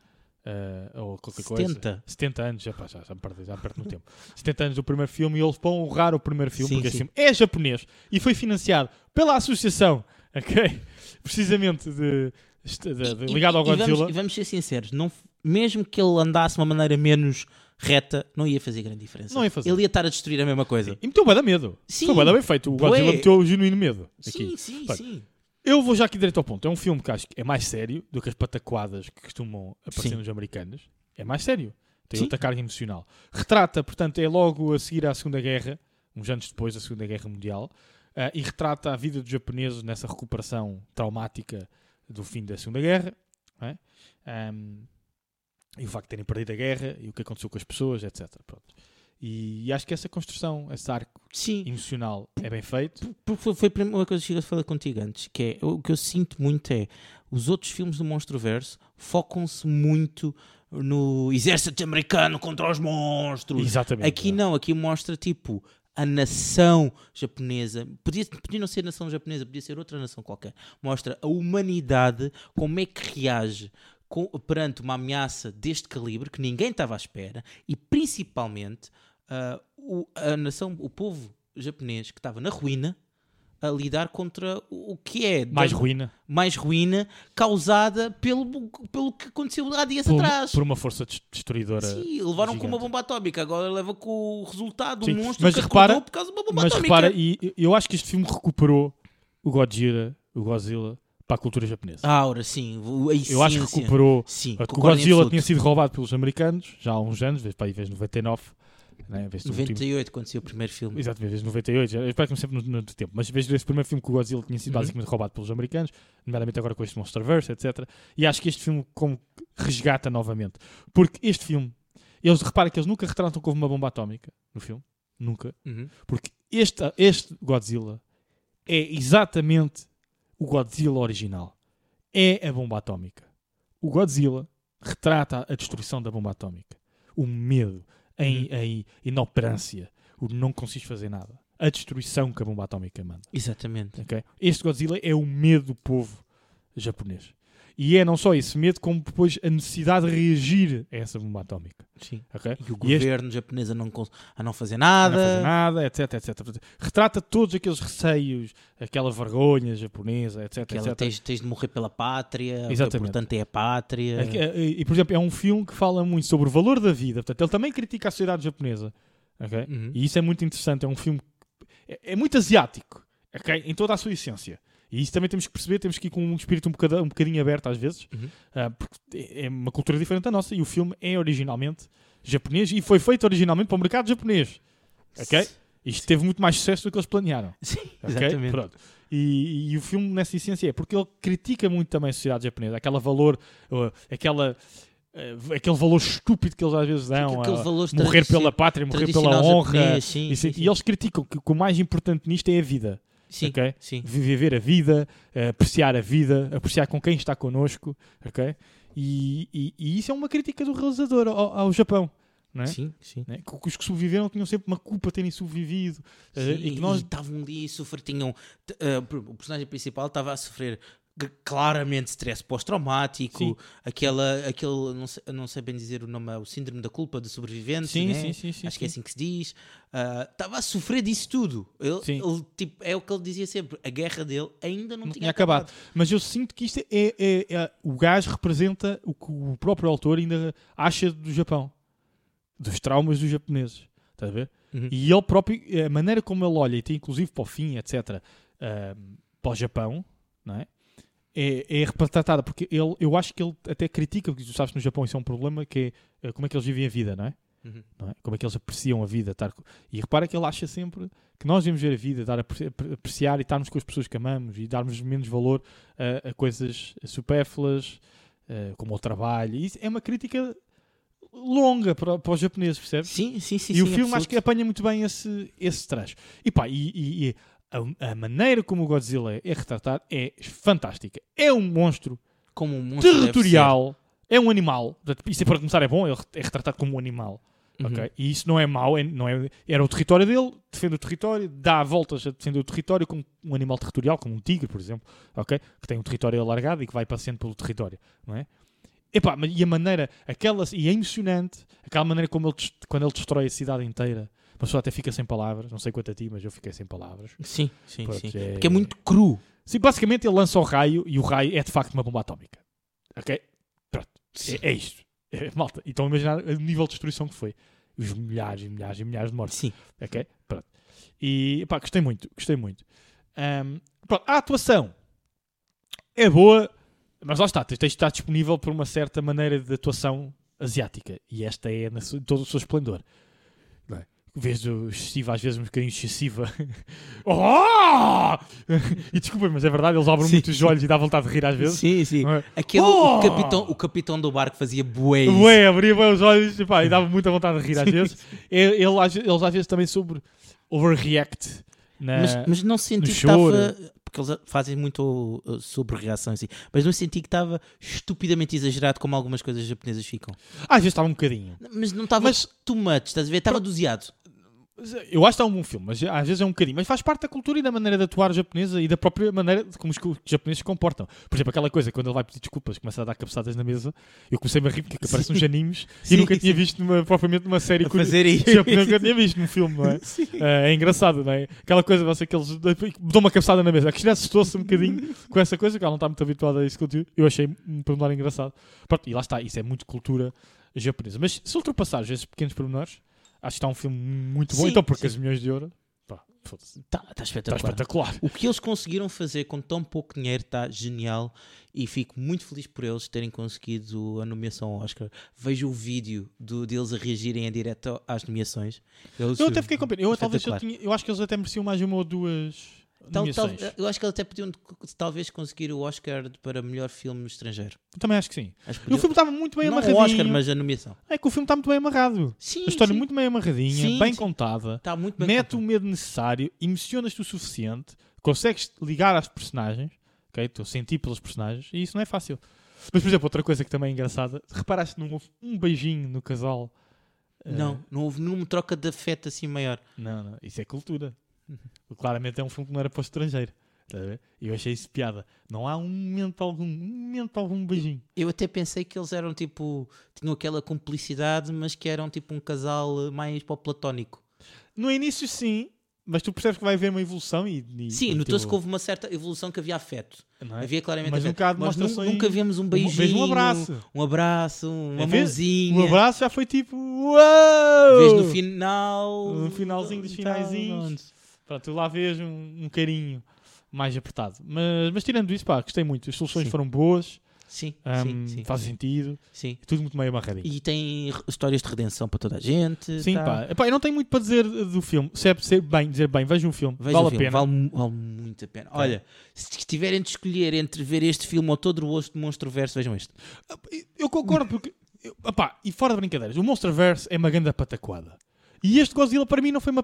eh, ou qualquer coisa.
70.
70 anos, já, pá, já, já me perdi, já me perdi no tempo. <laughs> 70 anos do primeiro filme, e eles vão honrar o primeiro filme,
Sim,
porque
sim.
esse filme é japonês e foi financiado pela associação, <laughs> ok? Precisamente de. de- de- de-
E-
ligado ao
e- e vamos-
Godzilla.
E vamos, ser sinceros, não, f- mesmo que ele andasse de uma maneira menos reta, não ia fazer grande diferença.
Não ia fazer.
Ele ia estar a destruir a mesma coisa.
E meteu bué da medo.
Sim.
Foi bué da bem feito. O
Bué.
Godzilla meteu o genuíno medo.
Sim,
aqui.
sim,
Bem,
sim.
Eu vou já aqui direto ao ponto. É um filme que acho que é mais sério do que as pataquadas que costumam aparecer
Sim.
nos americanos. É mais sério. Tem
Sim.
outra carga emocional. Retrata, portanto, é logo a seguir à Segunda Guerra, uns anos depois da Segunda Guerra Mundial, ah, e retrata a vida dos japoneses nessa recuperação traumática do fim da Segunda Guerra. não é? Ahm, e o facto de terem perdido a guerra e o que aconteceu com as pessoas, etc. Pronto. E, e acho que essa construção, esse arco
Sim.
emocional é bem feito.
Porque foi, foi a primeira coisa que eu falei contigo antes, que é o que eu sinto muito é os outros filmes do Monstroverso focam-se muito no exército americano contra os monstros.
Exatamente. é.
Aqui não, aqui mostra tipo a nação japonesa. Podia, podia não ser nação japonesa, podia ser outra nação qualquer. Mostra a humanidade como é que reage com- perante uma ameaça deste calibre que ninguém estava à espera e principalmente ah, o, a nação, o povo japonês que estava na ruína a lidar contra o, o que é
Mais
da-
ruína.
mais ruína causada pelo, pelo que aconteceu há dias
por, um
atrás.
por uma força des- destruidora.
Sim, levaram com uma
gigante.
bomba atómica, agora leva com o resultado,
Sim,
um monstro
mas
que
repara-
acordou por causa de uma bomba
Mas
atómica.
repara, e e eu acho que este filme recuperou o Godzilla, o Godzilla para a cultura japonesa.
A aura, Ah, sim, o- a
eu acho que
essência.
recuperou.
Sim,
O
concordo em
Godzilla
absoluto.
tinha sido roubado pelos americanos já há uns anos, vez para aí, vez 99, né? vez do último
98, quando saiu o primeiro filme.
Exato, vezes 98, já- eu espero que me sempre no, no tempo, mas vejo esse primeiro filme que o Godzilla tinha sido
Uhum.
basicamente roubado pelos americanos, nomeadamente agora com este Monsterverse, etc. E acho que este filme como que resgata novamente, porque este filme, eles reparam que eles nunca retratam que houve uma bomba atómica no filme, nunca,
Uhum.
porque este, este Godzilla é exatamente o Godzilla original. É a bomba atómica. O Godzilla retrata a destruição da bomba atómica. O medo, a,
Uhum.
in- a in- inoperância, o não consegues fazer nada. A destruição que a bomba atómica manda.
Exatamente.
ok? Este Godzilla é o medo do povo japonês. E é não só esse medo, como depois a necessidade de reagir a essa bomba atómica.
Sim.
ok?
E o
É. E este-
governo japonês a não, cons- a não fazer
a
nada.
não fazer nada, etc, etc. Portanto, Retrata todos aqueles receios, aquela vergonha japonesa, etc,
Que ela
etc.
tens, tens de morrer pela pátria,
Exatamente.
portanto é a pátria.
Aqui- E, e, por exemplo, é um filme que fala muito sobre o valor da vida. Portanto, ele também critica a sociedade japonesa. ok?
Uhum.
E isso é muito interessante. É um filme. que- É, é muito asiático. ok? Em toda a sua essência. E isso também temos que perceber, temos que ir com um espírito um bocadinho, um bocadinho aberto às vezes,
Uhum.
ah, porque é é uma cultura diferente da nossa e o filme é originalmente japonês e foi feito originalmente para o mercado japonês. é- Ok? Isto teve muito mais sucesso do que eles planearam.
<laughs> Sim,
Ok?
exatamente.
Pronto. E, e o filme, nessa essência, é porque ele critica muito também a sociedade japonesa, aquela valor, uh, aquela, uh, aquele valor estúpido que eles às vezes dão,
aquele
a
valor
morrer
tradici-
pela pátria, morrer pela
Tradicional
honra.
japonês, sim,
Isso- é-
sim, sim.
E eles criticam que, que o mais importante nisto é a vida.
Sim,
ok?
sim.
Vi- Viver a vida, eh, apreciar a vida, apreciar com quem está connosco, ok? E, e- e isso é uma crítica do realizador ao, ao Japão. Não é?
Sim, sim.
Né? Que- que Os que sobreviveram tinham sempre uma culpa de terem sobrevivido. eh,
Sim,
e que nós
estavam ali a sofrer, tinham, t- eh, o personagem principal estava a sofrer g- claramente stress
Sim.
pós-traumático, aquela, aquele, não sei, não sei bem dizer o nome, é o síndrome da culpa do sobrevivente,
Sim,
né?
sim, sim, sim,
acho que é
sim.
assim que se diz, Ah, estava a sofrer disso tudo. Ele,
Sim.
ele, tipo, é o que ele dizia sempre, a guerra dele ainda não,
não tinha acabado. Mas eu sinto que isto é, é- é- O gajo representa o que o próprio autor ainda acha do Japão. Dos traumas dos japoneses. Estás a ver?
Uhum.
E ele próprio, a maneira como ele olha, e tem inclusive para o fim, etc., ahm, para o Japão, não é? É, é retratada, porque ele, eu acho que ele até critica, porque tu sabes que no Japão isso é um problema, que é eh, como é que eles vivem a vida, não é?
Uhum.
Não é? Como é que eles apreciam a vida. Estar... co- E repara que ele acha sempre que nós devemos ver a vida, dar a apre- apre- apreciar e estarmos com as pessoas que amamos e darmos menos valor a, a coisas supérfluas, eh, como o trabalho. E isso é uma crítica longa para, para os japoneses, percebes?
Sim, sim, sim.
e
sim,
o filme acho
absoluto.
que apanha muito bem esse, esse traje. E pá, e, e- e a, a maneira como o Godzilla é, é retratado é fantástica. É um monstro
como um monstro deve
territorial, é um animal. Portanto, Isso é para começar é bom, ele é retratado como um animal.
ser. Uhum.
Ok? E isso não é mau, é- não é, era o território dele, defende o território, dá voltas a defender o território como um animal territorial, como um tigre, por exemplo, ok? que tem um território alargado e que vai passeando pelo território, não é? Epá, mas e a maneira, aquela, e é emocionante, aquela maneira como ele, des- quando ele destrói a cidade inteira, a pessoa até fica sem palavras, não sei quanto a ti, mas eu fiquei sem palavras.
Sim, sim,
Pronto,
sim.
é-
Porque é muito cru.
Sim, basicamente ele lança o raio e o raio é de facto uma bomba atómica, ok? Pronto, é, é isto. É, malta, e estão a imaginar o nível de destruição que foi. Os milhares e milhares e milhares de mortes.
Sim.
Ok? Pronto. E pá, gostei muito, gostei muito. Ahm, pronto, a atuação é boa, mas lá está, tens tens de estar disponível por uma certa maneira de atuação asiática. E esta é na su- todo o seu esplendor. Não é? Vês o excessivo, às vezes um bocadinho excessiva. <laughs> oh! e desculpa, mas é verdade, eles abrem
Sim.
muito os olhos e dá vontade de rir às vezes.
Sim, sim.
Não é?
Aquele,
Oh!
o, capitão, o capitão do barco fazia bué isso.
Ué, abria bem os olhos epá, e dava muita vontade de rir às vezes. Ele, ele às- eles às vezes também sobre overreact. Na...
Mas, mas não senti
no
que estava.
choro.
Porque eles fazem muito uh, sobre reação assim. Mas não senti que estava estupidamente exagerado como algumas coisas japonesas ficam.
Às vezes estava um bocadinho.
Mas não estava
Mas-
too much, estás a ver? Estava doseado.
Mas, eh, Eu acho que está um bom filme, mas às vezes é um bocadinho. Mas faz parte da cultura e da maneira de atuar japonesa e da própria maneira de como os co- os japoneses se comportam. Por exemplo, aquela coisa, quando ele vai pedir desculpas, começa a dar cabeçadas na mesa. Eu comecei-me a rir porque aparece
<laughs>
nos animes e
Sim,
nunca tinha
sim.
visto numa- propriamente numa série
A
curi- <laughs>
fazer isso.
japonesa, nunca tinha visto num filme, não
<laughs>
é? Eh, é engraçado, não é? Aquela coisa, você que eles dão uma cabeçada na mesa. A Cristina assustou-se
<laughs>
um bocadinho com essa coisa, que ela não está muito habituada a isso conteúdo. Eu achei um pormenor engraçado. Pronto, e lá está, isso é muito cultura japonesa. Mas se ultrapassares esses pequenos pormenores, acho que está um filme muito bom.
Sim,
então, porque
sim.
as milhões de euros, pá, foda-se,
Está
está
Tá, espetacular.
Tá espetacular.
O que eles conseguiram fazer com tão pouco dinheiro está genial e fico muito feliz por eles terem conseguido a nomeação ao Oscar. Vejo o vídeo do, deles a reagirem em direto às nomeações. Eles-
Eu até fiquei com pena. Eu, talvez eu,
espetacular.
tinha, eu acho que eles até mereciam mais uma ou duas.
Tal- é. tal-
nomeações.
eu acho que eles até podiam talvez conseguir o Oscar para melhor filme estrangeiro.
Eu também acho que sim.
Acho que
E o
podiam-
filme estava muito bem
não
amarradinho.
o Oscar, mas a nomeação.
É que o filme está muito bem amarrado.
Sim,
A história é
sim.
muito bem amarradinha,
Sim,
bem
sim.
contada.
Está Tá muito bem.
mete o
contado.
medo necessário, emocionas-te o suficiente, consegues ligar às personagens, ok? Estou a sentir pelos personagens e isso não é fácil. Mas, por exemplo, outra coisa que também é engraçada, reparaste que não houve um beijinho no casal? eh,
Não, não houve nenhuma troca de afeto assim maior.
não, não, isso é cultura. Claramente é um filme que não era para o estrangeiro. estás a ver? E eu achei isso piada. Não há um momento algum, um momento algum beijinho.
Eu até pensei que eles eram tipo. tinham aquela cumplicidade, mas que eram tipo um casal eh, mais para o platónico.
No início, sim, mas tu percebes que vai haver uma evolução e. e-
Sim,
e
notou-se
teu-
que houve uma certa evolução que havia afeto.
não é?
Havia claramente
Mas
afeto.
nunca há
Nós nu-
demonstrações-
nunca vimos um
mesmo um
beijinho.
abraço.
Um abraço, uma
Em vez-
mãozinha.
O abraço já foi tipo. Uou!
Vês no final. Então,
No finalzinho dos
tal,
finalzinhos.
pronto.
Pronto, tu lá vês um, um carinho. mais apertado. Mas, mas tirando isso, pá, gostei muito. As soluções
Sim.
foram boas,
Sim,
ahm,
sim, sim.
faz sentido,
sim.
é tudo muito meio amarradinho.
E tem re- histórias de redenção para toda a gente.
Sim,
tá?
pá. Epá, eu não tenho muito para dizer eh, do filme. Se é, se é bem, dizer bem, veja um filme,
Veja
vale
o
a
filme,
pena. Tá.
Vale, mu- vale muito a pena. Olha, se tiverem de escolher entre ver este filme ou todo o outro Monstroverso, vejam este.
Eu concordo porque. eu- Epá, e fora de brincadeiras, o Monsterverse é uma grande pataquada. E este Godzilla para mim não foi uma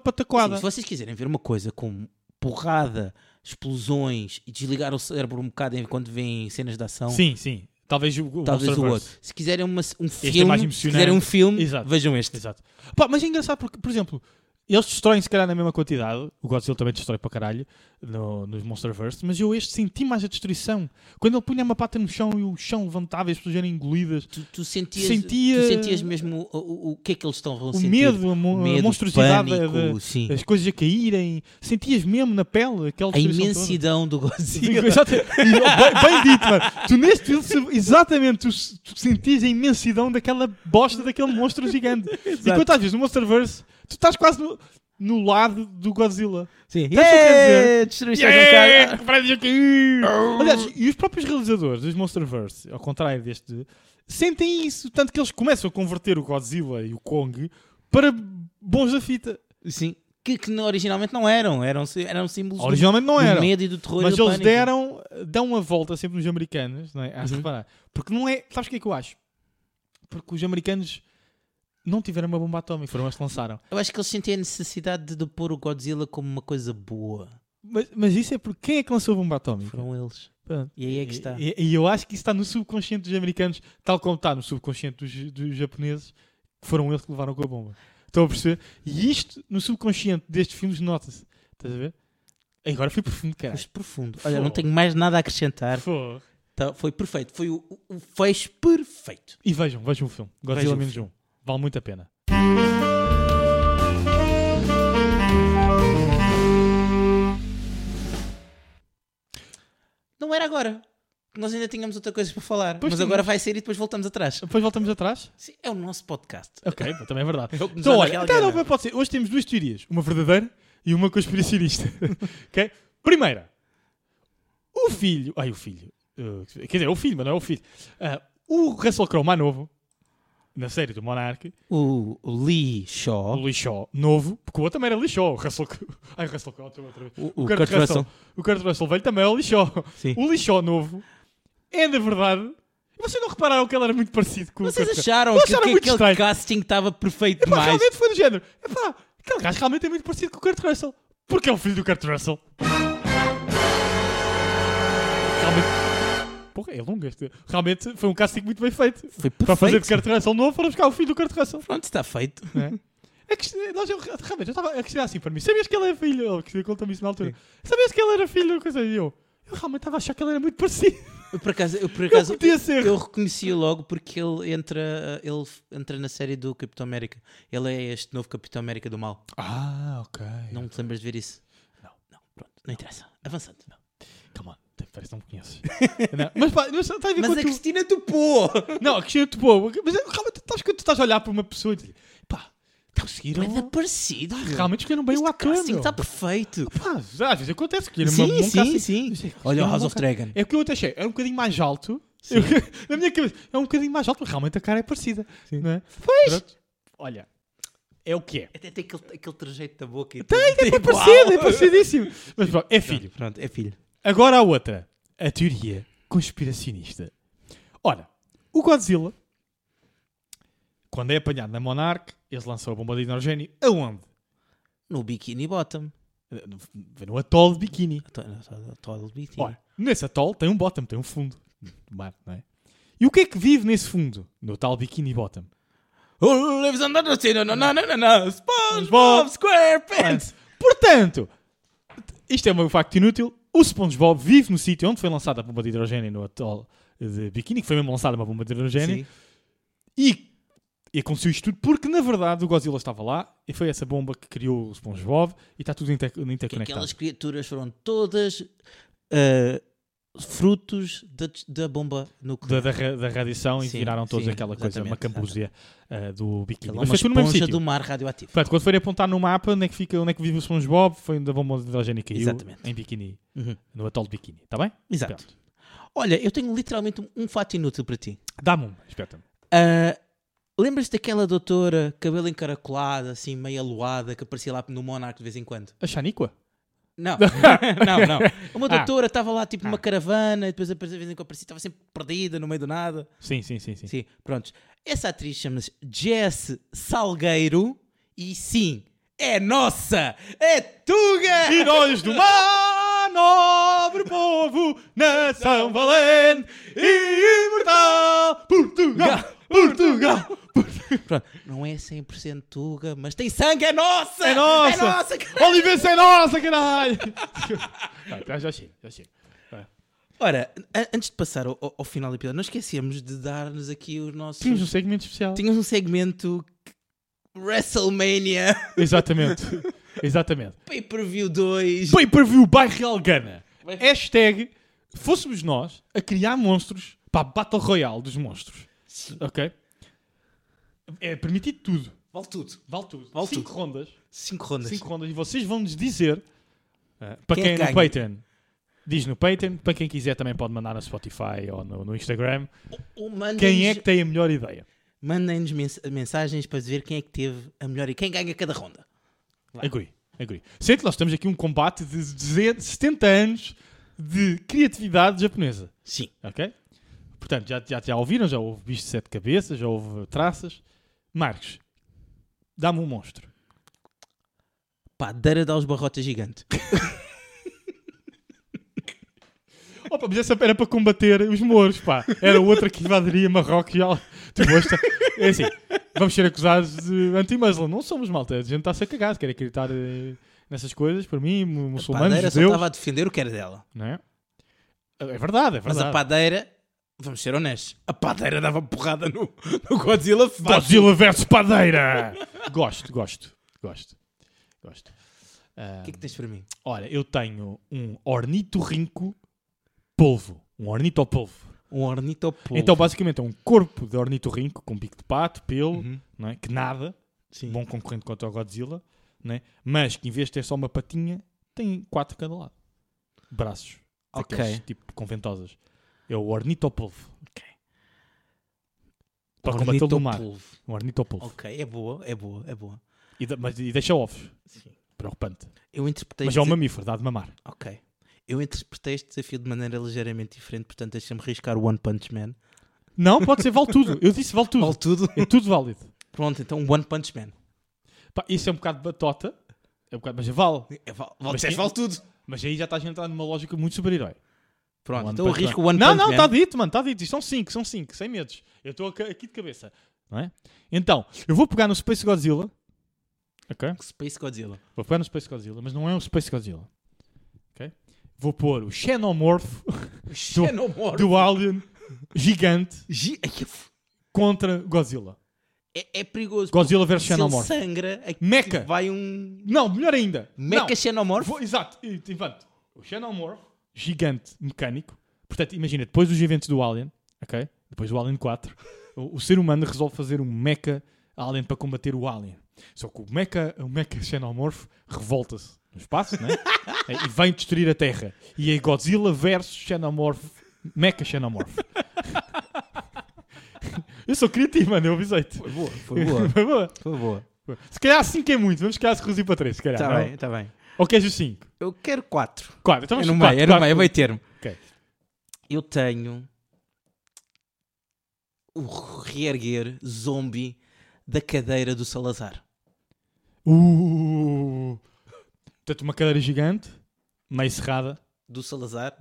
Sim,
pataquada.
se vocês quiserem ver uma coisa com porrada, explosões e desligar o cérebro um bocado enquanto veem cenas de ação,
Sim, sim. Talvez o, o
talvez o
Monsterverse.
outro. Se quiserem uma- um
é
filme,
mais
se
emocionante.
quiserem um filme,
Exato.
vejam este.
Exato. Pá, mas é engraçado porque, por exemplo, eles destroem se calhar na mesma quantidade. O Godzilla também destrói para caralho no, nos Monsterverse. Mas eu este senti mais a destruição. Quando ele punha uma pata no chão e o chão levantava e as pessoas eram engolidas.
Tu, tu sentias,
Sentia-
tu sentias mesmo o, o- o que é que eles estão a
O
sentir.
medo, a, mo- a
medo,
monstruosidade, da-
pânico,
da-
sim.
as coisas a caírem. Sentias mesmo na pele aquela
a
destruição toda. é
imensidão do
<laughs>
Godzilla.
Exato. E, ó, Bem, bem dito, mano. Tu neste filme, se- exatamente, tu, s- tu sentias a imensidão daquela bosta, daquele monstro gigante. e quando às vezes no Monsterverse, tu estás quase no, no lado do Godzilla.
Sim.
Sabes o que eu quero dizer?
É, destruíste um
Yeah,
bocado.
Ah, que parece aqui. Aliás, e os próprios realizadores dos Monsterverse, ao contrário deste, sentem isso. Tanto que eles começam a converter o Godzilla e o Kong para bons da fita.
Sim. Que, que não- originalmente não eram. Eram, sí- eram símbolos do-
Originalmente não
do,
eram.
medo e do terror. e
Mas
do
eles
pânico. Uhum.
deram, dão uma volta sempre nos americanos, não é? Há de reparar. Porque não é. Sabes o que é que eu acho? Porque os americanos não tiveram uma bomba atómica, foram as que lançaram.
Eu acho que eles sentiam a necessidade de depor o Godzilla como uma coisa boa.
Mas, mas isso é porque quem é que lançou a bomba atómica?
Foram eles.
Pronto.
E aí é que está.
E, e eu acho que isso está no subconsciente dos americanos, tal como está no subconsciente dos, dos japoneses, que foram eles que levaram com a bomba. Estão a perceber? E isto no subconsciente destes filmes nota-se. Estás a ver? Agora fui profundo, cara.
Mas profundo. Olha, não
Fogo.
tenho mais nada a acrescentar. Tá, foi perfeito. Foi o, o- o fecho perfeito.
E vejam, vejam o filme.
Vejam
Godzilla
o
menos um. Vale muito a pena.
Não era agora. Nós ainda tínhamos outra coisa para falar.
Pois
mas
tínhamos.
agora vai ser e depois voltamos atrás.
Depois voltamos atrás?
Sim, é o nosso podcast. <laughs>
Ok, bom, também é verdade.
É o que nos
então,
dá
olha,
naquela
então, não,
guerra.
pode ser. Hoje temos duas teorias. Uma verdadeira e uma conspiracionista. <laughs> ok? Primeira. O filho... Ai, o filho. uh, quer dizer, é o filho, mas não é o filho. Ah, o Russell Crowe, mais novo, na série do Monark,
O, o Lee
o
Shaw.
Lixó, novo, porque o outro também era Lixó. O Russell... Crowe- <laughs> Ai, o Russell Crowe, outra- outra vez.
O, o
Kurt
Kurt
Russell.
Russell.
O Kurt Russell velho também é o Lixó.
Sim.
O Lixó novo é, na verdade... Vocês não repararam que ele era muito parecido com o
Vocês
Kurt Russell?
acharam
Vocês
que,
acharam
que
muito
aquele
estranho.
casting estava perfeito
É Pá,
demais?
realmente foi do género. Epá, aquele gajo realmente é muito parecido com o Kurt Russell. Porque é o filho do Kurt Russell. Realmente. Porra, é longo este. Realmente foi um casting muito bem feito.
Foi
Para Tá fazer
perfeito.
de Kurt Russell novo, foram buscar o filho do Kurt Russell.
Pronto, está feito.
não É? É que, nós, eu, realmente, eu estava a questionar assim para mim. Sabias que ele era filho? Ele que conta-me isso na altura. Sabias que ele era filho? Coisa, e eu, eu realmente estava a achar que ele era muito parecido.
Eu, por acaso, eu, por acaso,
podia ser.
eu reconhecia logo porque ele entra, eh, ele f- entra na série do Capitão América. Ele é este novo Capitão América do mal.
Ah, ok.
Não te lembras de ver isso?
Não.
Não, pronto, não interessa. Avançando.
Calma, parece que não me conheces. <laughs> Não, Mas pá, mas está a ver
Mas
com
a
tu-
Cristina topou!
Não, a Cristina topou. Mas é, realmente estás, quando tu estás a olhar para uma pessoa e dizer, pá, conseguiram.
Mas é parecido. meu.
Realmente escolheram bem o
Este
ator.
casting
meu.
está perfeito.
Pá, às vezes acontece que era uma um
Sim,
bom
sim,
casting.
sim.
Sim,
Olha o
um
House
bom
of
ca-
Dragon.
É o que eu até achei. É um bocadinho mais alto. Eu- <laughs> na minha cabeça, é um bocadinho mais alto, mas realmente a cara é parecida. Não é? Pois. Olha, é o que é.
Até tem aquele, aquele trejeito da boca. e
Tem,
tudo.
é
Uau.
parecido, é parecidíssimo. <laughs> Mas pronto, é filho.
Pronto, é filho.
Agora a outra. A teoria conspiracionista. Ora, o Godzilla, quando é apanhado na Monarch, eles lançam a bomba de hidrogênio aonde?
No Bikini Bottom.
No- No atol de biquíni.
Tô- não, só- tô- tô- Bikini.
Ora, nesse atol tem um bottom, tem um fundo. Do mar, não é? E o que é que vive nesse fundo? No tal biquíni bottom.
Who lives on the sea? No, no, no, no, no, no. SpongeBob
SpongeBob
SquarePants.
Portanto, isto é um facto inútil. O SpongeBob vive no sítio onde foi lançada a bomba de hidrogênio no atol de biquíni, que foi mesmo lançada uma bomba de hidrogênio.
Sim.
E, é e aconteceu isto tudo porque, na verdade, o Godzilla estava lá e foi essa bomba que criou o SpongeBob e está tudo inter
Que
interconectado.
aquelas criaturas foram todas ah, frutos da, da bomba
da,
nuclear.
da, ra- da radiação e
Sim,
viraram todos
sim,
aquela coisa, uma
exatamente,
cambúzia ah, do
Aquilo
biquíni.
é
Mas
uma
foi tudo no mesmo
esponja
sítio.
do mar radioativo.
Portanto, quando forem apontar no mapa onde é que, fica, onde é que vive o SpongeBob, foi onde a bomba de hidrogênio caiu,
Exatamente.
em biquíni,
Uhum.
no atol de biquíni, está bem?
Exato. Olha, eu tenho literalmente um- um fato inútil para ti.
Dá-me uma, espeta-me.
Ah, Lembras-te daquela doutora, cabelo encaracolado, assim, meio aloada, que aparecia lá no Monarch de vez em quando?
A Xaníqua? <laughs>
Não, não, não. Uma
Ah.
doutora estava lá, tipo, numa
Ah.
caravana, e depois aparecia de vez em quando, aparecia, estava sempre perdida, no meio do nada.
Sim, sim, sim. sim.
Sim, prontos. Essa atriz chama-se Jess Salgueiro, e sim, é nossa! É Tuga!
Heróis do mar, nobre povo, nação valente e imortal, Portugal, Portugal.
Pronto, não é 100% Tuga, mas tem sangue, é nossa!
É nossa!
É nossa!
Olivença é nossa, caralho! Tá, já, já chego, já chego.
Ora, a- antes de passar ao, ao- ao final do episódio, não esquecemos de dar-nos aqui os nossos.
Tínhamos um segmento especial.
Tínhamos um segmento que- WrestleMania
Exatamente, exatamente.
Pay-Per-View 2.
Pay-per-view by Real Gana. Hashtag, fôssemos nós a criar monstros para a Battle Royale dos monstros. Ok? É permitido tudo.
Vale tudo.
Vale tudo.
Vale
cinco
tudo.
rondas.
5 rondas.
Cinco rondas. E vocês vão nos dizer, eh, para
Quem
quem,
é que
é no
ganha?
Patreon, diz no Patreon. Para quem quiser também pode mandar no Spotify ou no, no Instagram.
Ou Um mandem-nos-
Quem é que tem a melhor ideia?
Mandem-nos mens- mensagens para dizer quem é que teve a melhor e quem ganha cada ronda. Vai.
Agree, agree. Sente, nós temos aqui um combate de 200 70 anos de criatividade japonesa.
Sim.
Ok? Portanto, já, já, já ouviram? Já houve bicho de sete cabeças, já houve traças. Marcos, dá-me um monstro.
Pá, Dara dá os barrotas é gigante.
Opa, mas essa era para combater os mouros, pá. Era outra que invadiria Marrocos e al- Tu gosta? É assim, vamos ser acusados de anti-muslim. Não somos, malta. A gente está-se a cagar. Se quer acreditar eh, nessas coisas, por mim, mu-
Pá,
muçulmanos,
Dara só
judeus...
estava a defender o que era dela.
Não é? É verdade, é
Mas
verdade.
a padeira, vamos ser honestos, a padeira dava porrada no, no Godzilla fácil.
Godzilla versus padeira! gosto, gosto, gosto, gosto. Ah,
O que é que tens para mim?
Olha, eu tenho um ornitorrinco polvo. Um ornitopolvo.
Um ornitopolvo.
Então, basicamente, é um corpo de ornitorrinco com bico de pato, pelo,
Uhum.
não é? que nada,
Sim.
bom concorrente contra o Godzilla, não é? mas que em vez de ter só uma patinha, tem quatro de cada lado. Braços.
Ok.
Daqueles, tipo com ventosas. É o ornitopolvo.
Ok.
Para combater o mar.
Ornitopolvo.
Um ornitopolvo.
Ok, é boa, é boa, é boa.
E, de- mas, e deixa ovos.
Sim.
Preocupante.
Eu interpretei.
Mas é um mamífero, dá de mamar.
Ok. Eu interpretei este desafio de maneira ligeiramente diferente, portanto deixa-me riscar o One Punch Man.
Não, pode ser, vale tudo. Eu disse vale tudo.
Vale tudo.
É tudo válido.
Pronto, então One Punch Man.
Pá, isso é um bocado batota, é um bocado, mas vale.
É, val-
Mas
disseste
quem-
vale tudo.
Mas aí já estás a entrar numa lógica muito super-herói.
Pronto,
One
então eu
Punch
risco o
Man.
One
Não,
Punch
não, tá
Man.
está dito, mano, está dito. E são cinco, são cinco, sem medos. Eu estou aqui aqui de cabeça. Não é? Então, eu vou pegar no Space Godzilla. Ok?
Space Godzilla.
Vou pegar no Space Godzilla, mas não é um Space Godzilla. Ok? Vou pôr o <laughs> Xenomorph
Xenomorph.
do Alien gigante
Gi- Ai, que f-
contra Godzilla.
É, é perigoso.
Godzilla versus
porque se ele
Xenomorph.
sangra, aqui
Mecha.
vai um...
Não, melhor ainda.
Mecha
Não.
Xenomorph.
Vou- exato, e- invento. O Xenomorph, gigante mecânico. Portanto, imagina, depois dos eventos do Alien, ok? Depois do Alien 4, o, o ser humano resolve fazer um mecha Alien para combater o Alien. Só que o mecha, o mecha Xenomorph revolta-se no espaço, <laughs> né? e vem destruir a Terra. E é Godzilla versus Xenomorph, mecha Xenomorph. <laughs> Eu sou criativo, mano, eu avisei-te.
Foi boa,
<laughs>
foi boa,
Foi boa.
foi boa.
Se calhar 5 é muito, vamos se calhar se reduzir para 3, se calhar.
Está
não?
Tá bem, está bem.
Ou queres os 5?
Eu quero quatro.
4, então
É
vamos
no
quatro,
meio, é no
quatro.
meio, é meio termo.
Ok.
Eu tenho o reerguer zombie da cadeira do Salazar.
Uh, portanto, uma cadeira gigante, meio cerrada,
Do Salazar,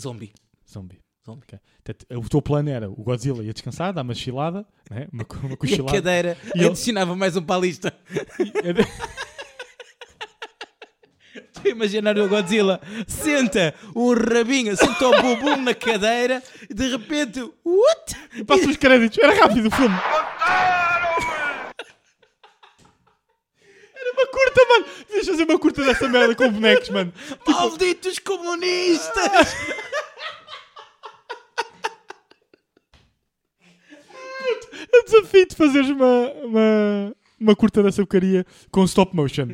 zombie.
zombie.
Zombie.
Ok. Portanto, o teu plano era o Godzilla ia descansar, dar uma chilada, né? uma, co- uma
<laughs> E a
cochilada.
cadeira
E ele-
adicionava mais um para a lista. <laughs>
É-
Estou a imaginar o Godzilla. Senta o rabinho, senta o bumbum na cadeira e de repente, what?
<laughs> Passa os créditos, era rápido o filme. Era uma curta, mano. Devias fazer Tipo- uma curta dessa merda com bonecos, mano.
Malditos comunistas!
desafio de fazeres uma, uma, uma curta dessa porcaria com stop motion.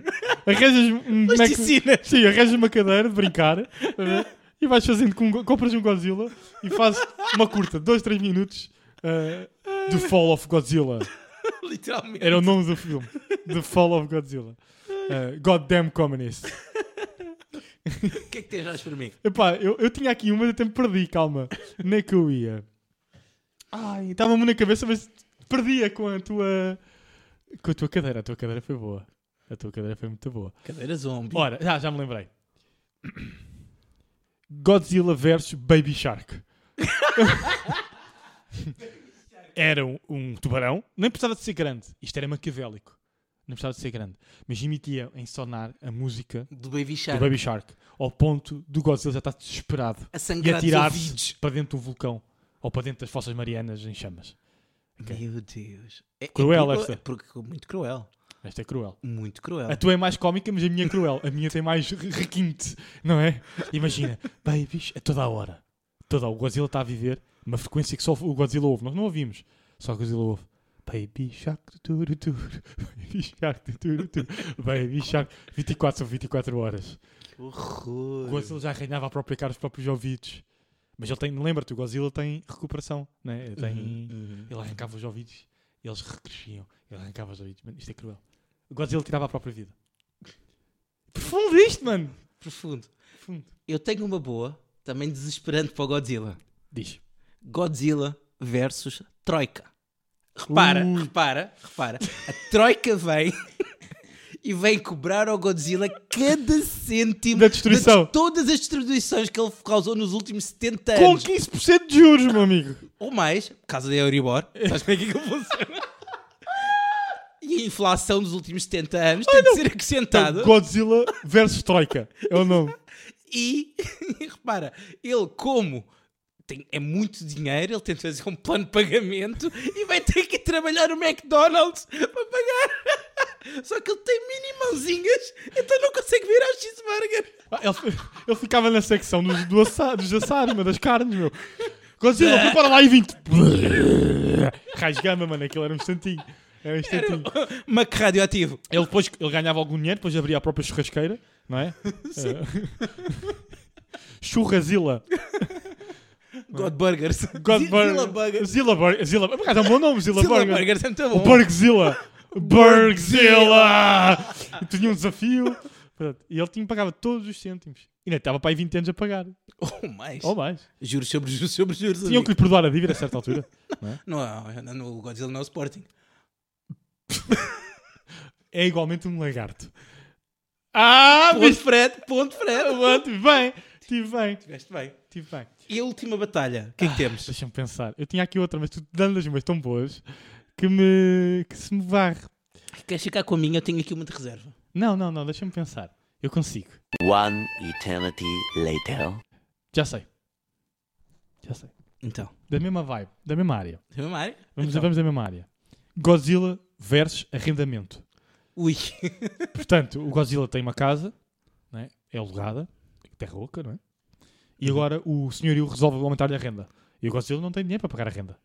Arranjas um
Mas né? te ensina.
Sim, arranjas uma cadeira de brincar tá a ver? e vais fazendo com. Compras um Godzilla e fazes uma curta, dois, três minutos ah, do Fall of Godzilla.
<laughs> Literalmente.
Era o nome do filme. The Fall of Godzilla. Ah, Goddamn Communist.
O que é que tens mais para mim?
Epá, eu, eu tinha aqui uma, mas até me perdi, calma. Nem que eu ia. Ai, então- estava-me na cabeça, mas perdia com a tua. Com a tua cadeira. A tua cadeira foi boa. A tua cadeira foi muito boa.
Cadeira zombie.
Ora, já, já me lembrei. Godzilla vs Baby Shark. <laughs> era um, um tubarão, nem precisava de ser grande. Isto era maquiavélico. Não precisava de ser grande. Mas emitia em sonar a música
Do Baby
do
Shark.
Baby Shark. Ao ponto do Godzilla já estar desesperado
A
e
sangrar dos ouvidos.
atirar-se para dentro do vulcão ou para dentro das fossas marianas em chamas. Ok.
Meu Deus. É, é
Cruel
perigo-
esta.
é Porque, muito cruel.
Esta é cruel.
Muito cruel.
A tua é mais cómica, mas a minha é cruel. A minha tem mais re- requinte, não é? Imagina, babies, a toda a hora. Toda a- o Godzilla está a viver uma frequência que só o Godzilla ouve. Nós não ouvimos. Só o Godzilla ouve. Baby Shark, tuturu, tuturu, Baby Shark, tuturu, tuturu, Baby Shark, 24 sobre 24 horas.
Que horror.
O Godzilla já reinava a própria cara, os próprios ouvidos. Mas ele tem, lembra-te, o Godzilla tem recuperação, né? Ele tem.
Uhum.
Ele arrancava os ouvidos e eles recresciam. Ele arrancava os ouvidos. Mano, isto é cruel. O Godzilla tirava a própria vida. Profundo isto, mano!
Profundo.
Profundo.
Eu tenho uma boa, também desesperante para o Godzilla.
Diz.
Godzilla versus Troika. Repara,
Ui.
repara, repara. A Troika vem <laughs> e vem cobrar ao Godzilla cada cêntimo
Da destruição.
de todas as destruições que ele causou nos últimos 70
Com
anos.
15% de juros, meu amigo!
Ou mais, por causa da Euribor. <laughs> Sabes como é que aquilo funciona? E a inflação dos últimos 70 anos tem de ser
Tá.
acrescentada.
Então, Godzilla versus Troika. É o nome.
E <laughs> repara, ele como tem, é muito dinheiro, ele tem de fazer um plano de pagamento e vai ter que ir trabalhar no McDonald's para pagar. <laughs> Só que ele tem mini mãozinhas, então não consegue vir ao cheeseburger.
Ah, Ele, ele ficava na secção dos, do assa, dos assados, meu, das carnes, meu. Godzilla, prepara lá e 20. Rasgama, mano, aquilo era um instantinho. Era um instantinho.
Mac radioativo.
Ele depois ele ganhava algum dinheiro, depois abria a própria churrasqueira, não <laughs> é? Eh, Churrasila.
God <laughs> Burgers.
God
Zi-
Burger.
Zilla Burger.
Zilla Burger. Zilla Por acaso é um bom nome, Zilla,
Zilla
Burger.
Burgers é muito
O
bom.
Burgzilla. Burgzilla! tinha um desafio. Pronto, E ele tinha, pagava todos os cêntimos. E ainda estava para aí 20 anos a pagar.
Ou Oh, mais.
Ou mais.
Juros sobre juros sobre juros.
Tinham
amigo.
que lhe perdoar a dívida a certa altura.
Não, não, não, o Godzilla não é o Sporting.
É igualmente um lagarto. Ah,
Ponto
mas...
Fred, ponto Fred.
Tive bem. Tive bem.
Estiveste bem.
Tive bem.
E a última batalha? O que é que temos?
Deixa-me pensar. Eu tinha aqui outra, mas tu dando-as umas tão boas que me. que se me varre.
Queres ficar com a minha? Eu tenho aqui uma de reserva.
Não, não, não, deixa-me pensar. Eu consigo.
One eternity later.
Já sei. Já sei.
Então.
Da mesma vibe, da mesma área.
Meu Mário?
Vamos,
Então.
vamos da mesma área. Godzilla versus arrendamento.
Ui.
Portanto, o Godzilla tem uma casa, né? é alugada, terra oca, não é? E agora o senhorio resolve aumentar-lhe a renda. E o Godzilla não tem dinheiro para pagar a renda.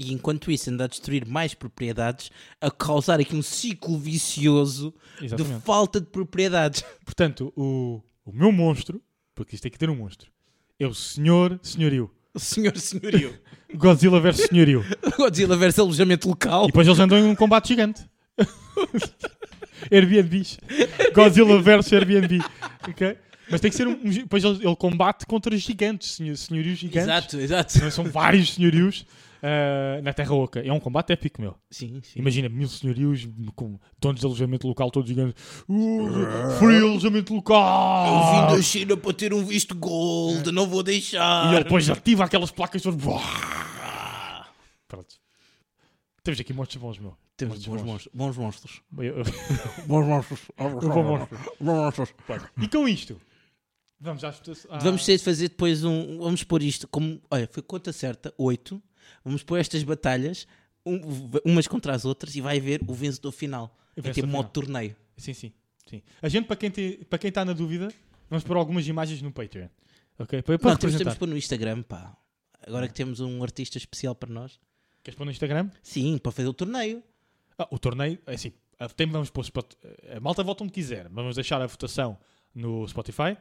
E enquanto isso anda a destruir mais propriedades, a causar aqui um ciclo vicioso de
Exatamente.
falta de propriedades.
Portanto, o, o meu monstro, porque isto tem que ter um monstro, é o senhor senhorio.
O senhor senhorio.
Godzilla versus senhorio.
<laughs> Godzilla versus alojamento
E
local.
depois eles andam em um combate <laughs> gigante. Airbnbs. Godzilla versus Airbnb. Ok? Mas tem que ser um. um gi- Depois ele, ele combate contra gigantes, senho- senhorios gigantes.
Exato, exato.
Não São vários senhorios ah, na Terra Oca. É um combate épico, meu.
Sim, sim.
Imagina mil senhorios com donos de alojamento local todos gigantes. Uh, free alojamento local!
Eu vim da China para ter um visto gold, não vou
E ele
deixar.
depois ativa aquelas placas todas. Pronto. Temos aqui monstros bons, meu.
Temos bons monstros.
Monstros
Bons monstros.
Eu- eu-
Bons monstros. Bons
bom monstro.
monstros.
E com isto, vamos ah, às votações. à-
Vamos ter de fazer depois um. Vamos pôr isto como. Olha, foi conta certa, 8. Vamos pôr estas batalhas um- umas contra as outras e vai haver o vencedor final.
O
É
vencedor
tipo modo
final.
torneio.
Sim, sim, sim. A gente, para quem te- para quem está na dúvida, vamos pôr algumas imagens no Patreon. Ok? Para, para
Não, temos, temos
representar.
de pôr no Instagram, pá. Agora que temos um artista especial para nós.
Queres pôr no Instagram?
Sim, para fazer o torneio.
Ah, o torneio, é assim, a- tem- vamos pôr Spot- a malta vota onde quiser, mas vamos deixar a votação no Spotify.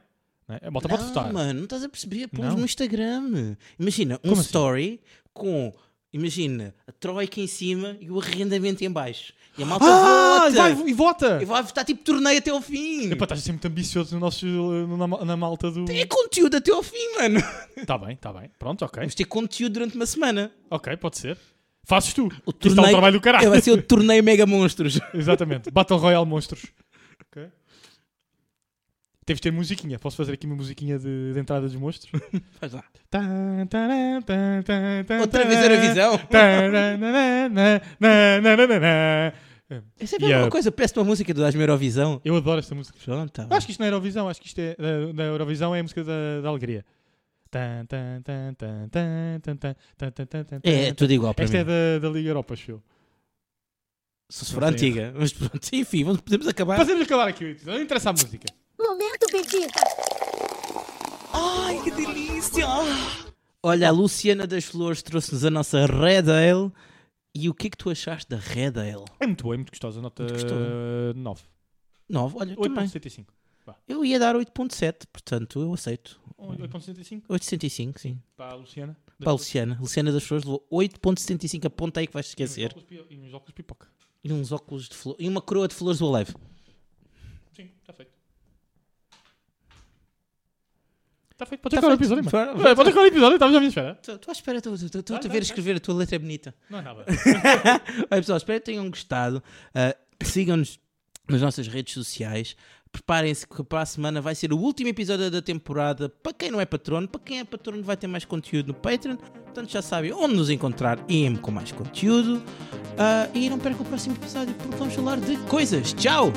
né? A malta pode
não,
votar.
mano, não estás a perceber. Pôs
Não?
no Instagram. Imagina, um
Como assim?
story com... Imagina, a troika em cima e o arrendamento em baixo. E a malta
Ah,
vota.
vai e vota!
E vai votar tipo torneio até ao fim.
Epá, estás sempre muito ambicioso no nosso, na, na malta do.
É conteúdo até ao fim, mano.
Tá bem, tá bem. Pronto, ok.
Vamos ter conteúdo durante uma semana.
Ok, pode ser. Fazes tu.
O
Isto dá um trabalho do caralho.
É, Vai ser o torneio Mega Monstros.
<laughs> Exatamente. Battle Royale Monstros. Ok. Teve de ter musiquinha. Posso fazer aqui uma musiquinha de, de entrada dos monstros?
Faz lá.
<laughs> Tan, taran, tan, tan, tan,
Outra vez
tan.
era visão.
Taran, na, na, na, na, na, na, na.
Essa é a
E
mesma
a-
coisa. Parece uma música do Asma Eurovisão.
Eu adoro esta música.
Pronto, tá bom.
Acho que isto não é Eurovisão, acho que isto é da, da Eurovisão é a música da, da alegria. Tan, tan, tan, tan, tan, tan, tan, tan, tan, tan, tan,
É, é
tan.
tudo igual para
Esta
mim.
é da, da Liga Europa, acho eu.
Se for antiga. Mas pronto, <laughs> enfim, vamos- podemos acabar.
Fazemos acabar aqui o episódio, não interessa a música.
Momento Vegeta.
Ai, que delícia! Olha, a Luciana das Flores trouxe-nos a nossa Red Ale. E o que é que tu achaste da Red Ale?
É muito boa, é muito gostosa, nota
Muito gostosa.
9.
9, olha, eu também.
8.75.
Eu ia dar 8.7, portanto eu aceito.
Um, 8.75
8.75, sim.
para a Luciana.
Para a Luciana. Luciana das Flores levou 8.75, aponta aí que vais esquecer.
E uns óculos pipoca.
E uns óculos de flor. E uma coroa de flores do Olive.
Sim, está feito. Está Tá feito, pode acabar o episódio, mano. Ué, Pode acabar o episódio, estávamos à minha espera.
Estou à espera, estou a
Vai,
te
vai,
ver escrever, a tua letra é bonita.
Não é nada.
Olha pessoal, espero que tenham gostado. Ah, Sigam-nos nas nossas redes sociais. Preparem-se que para a semana vai ser o último episódio da temporada. Para quem não é patrono, para quem é patrono vai ter mais conteúdo no Patreon. Portanto já sabem onde nos encontrar e com mais conteúdo. Ah, e não percam o próximo episódio porque vamos falar de coisas. Tchau!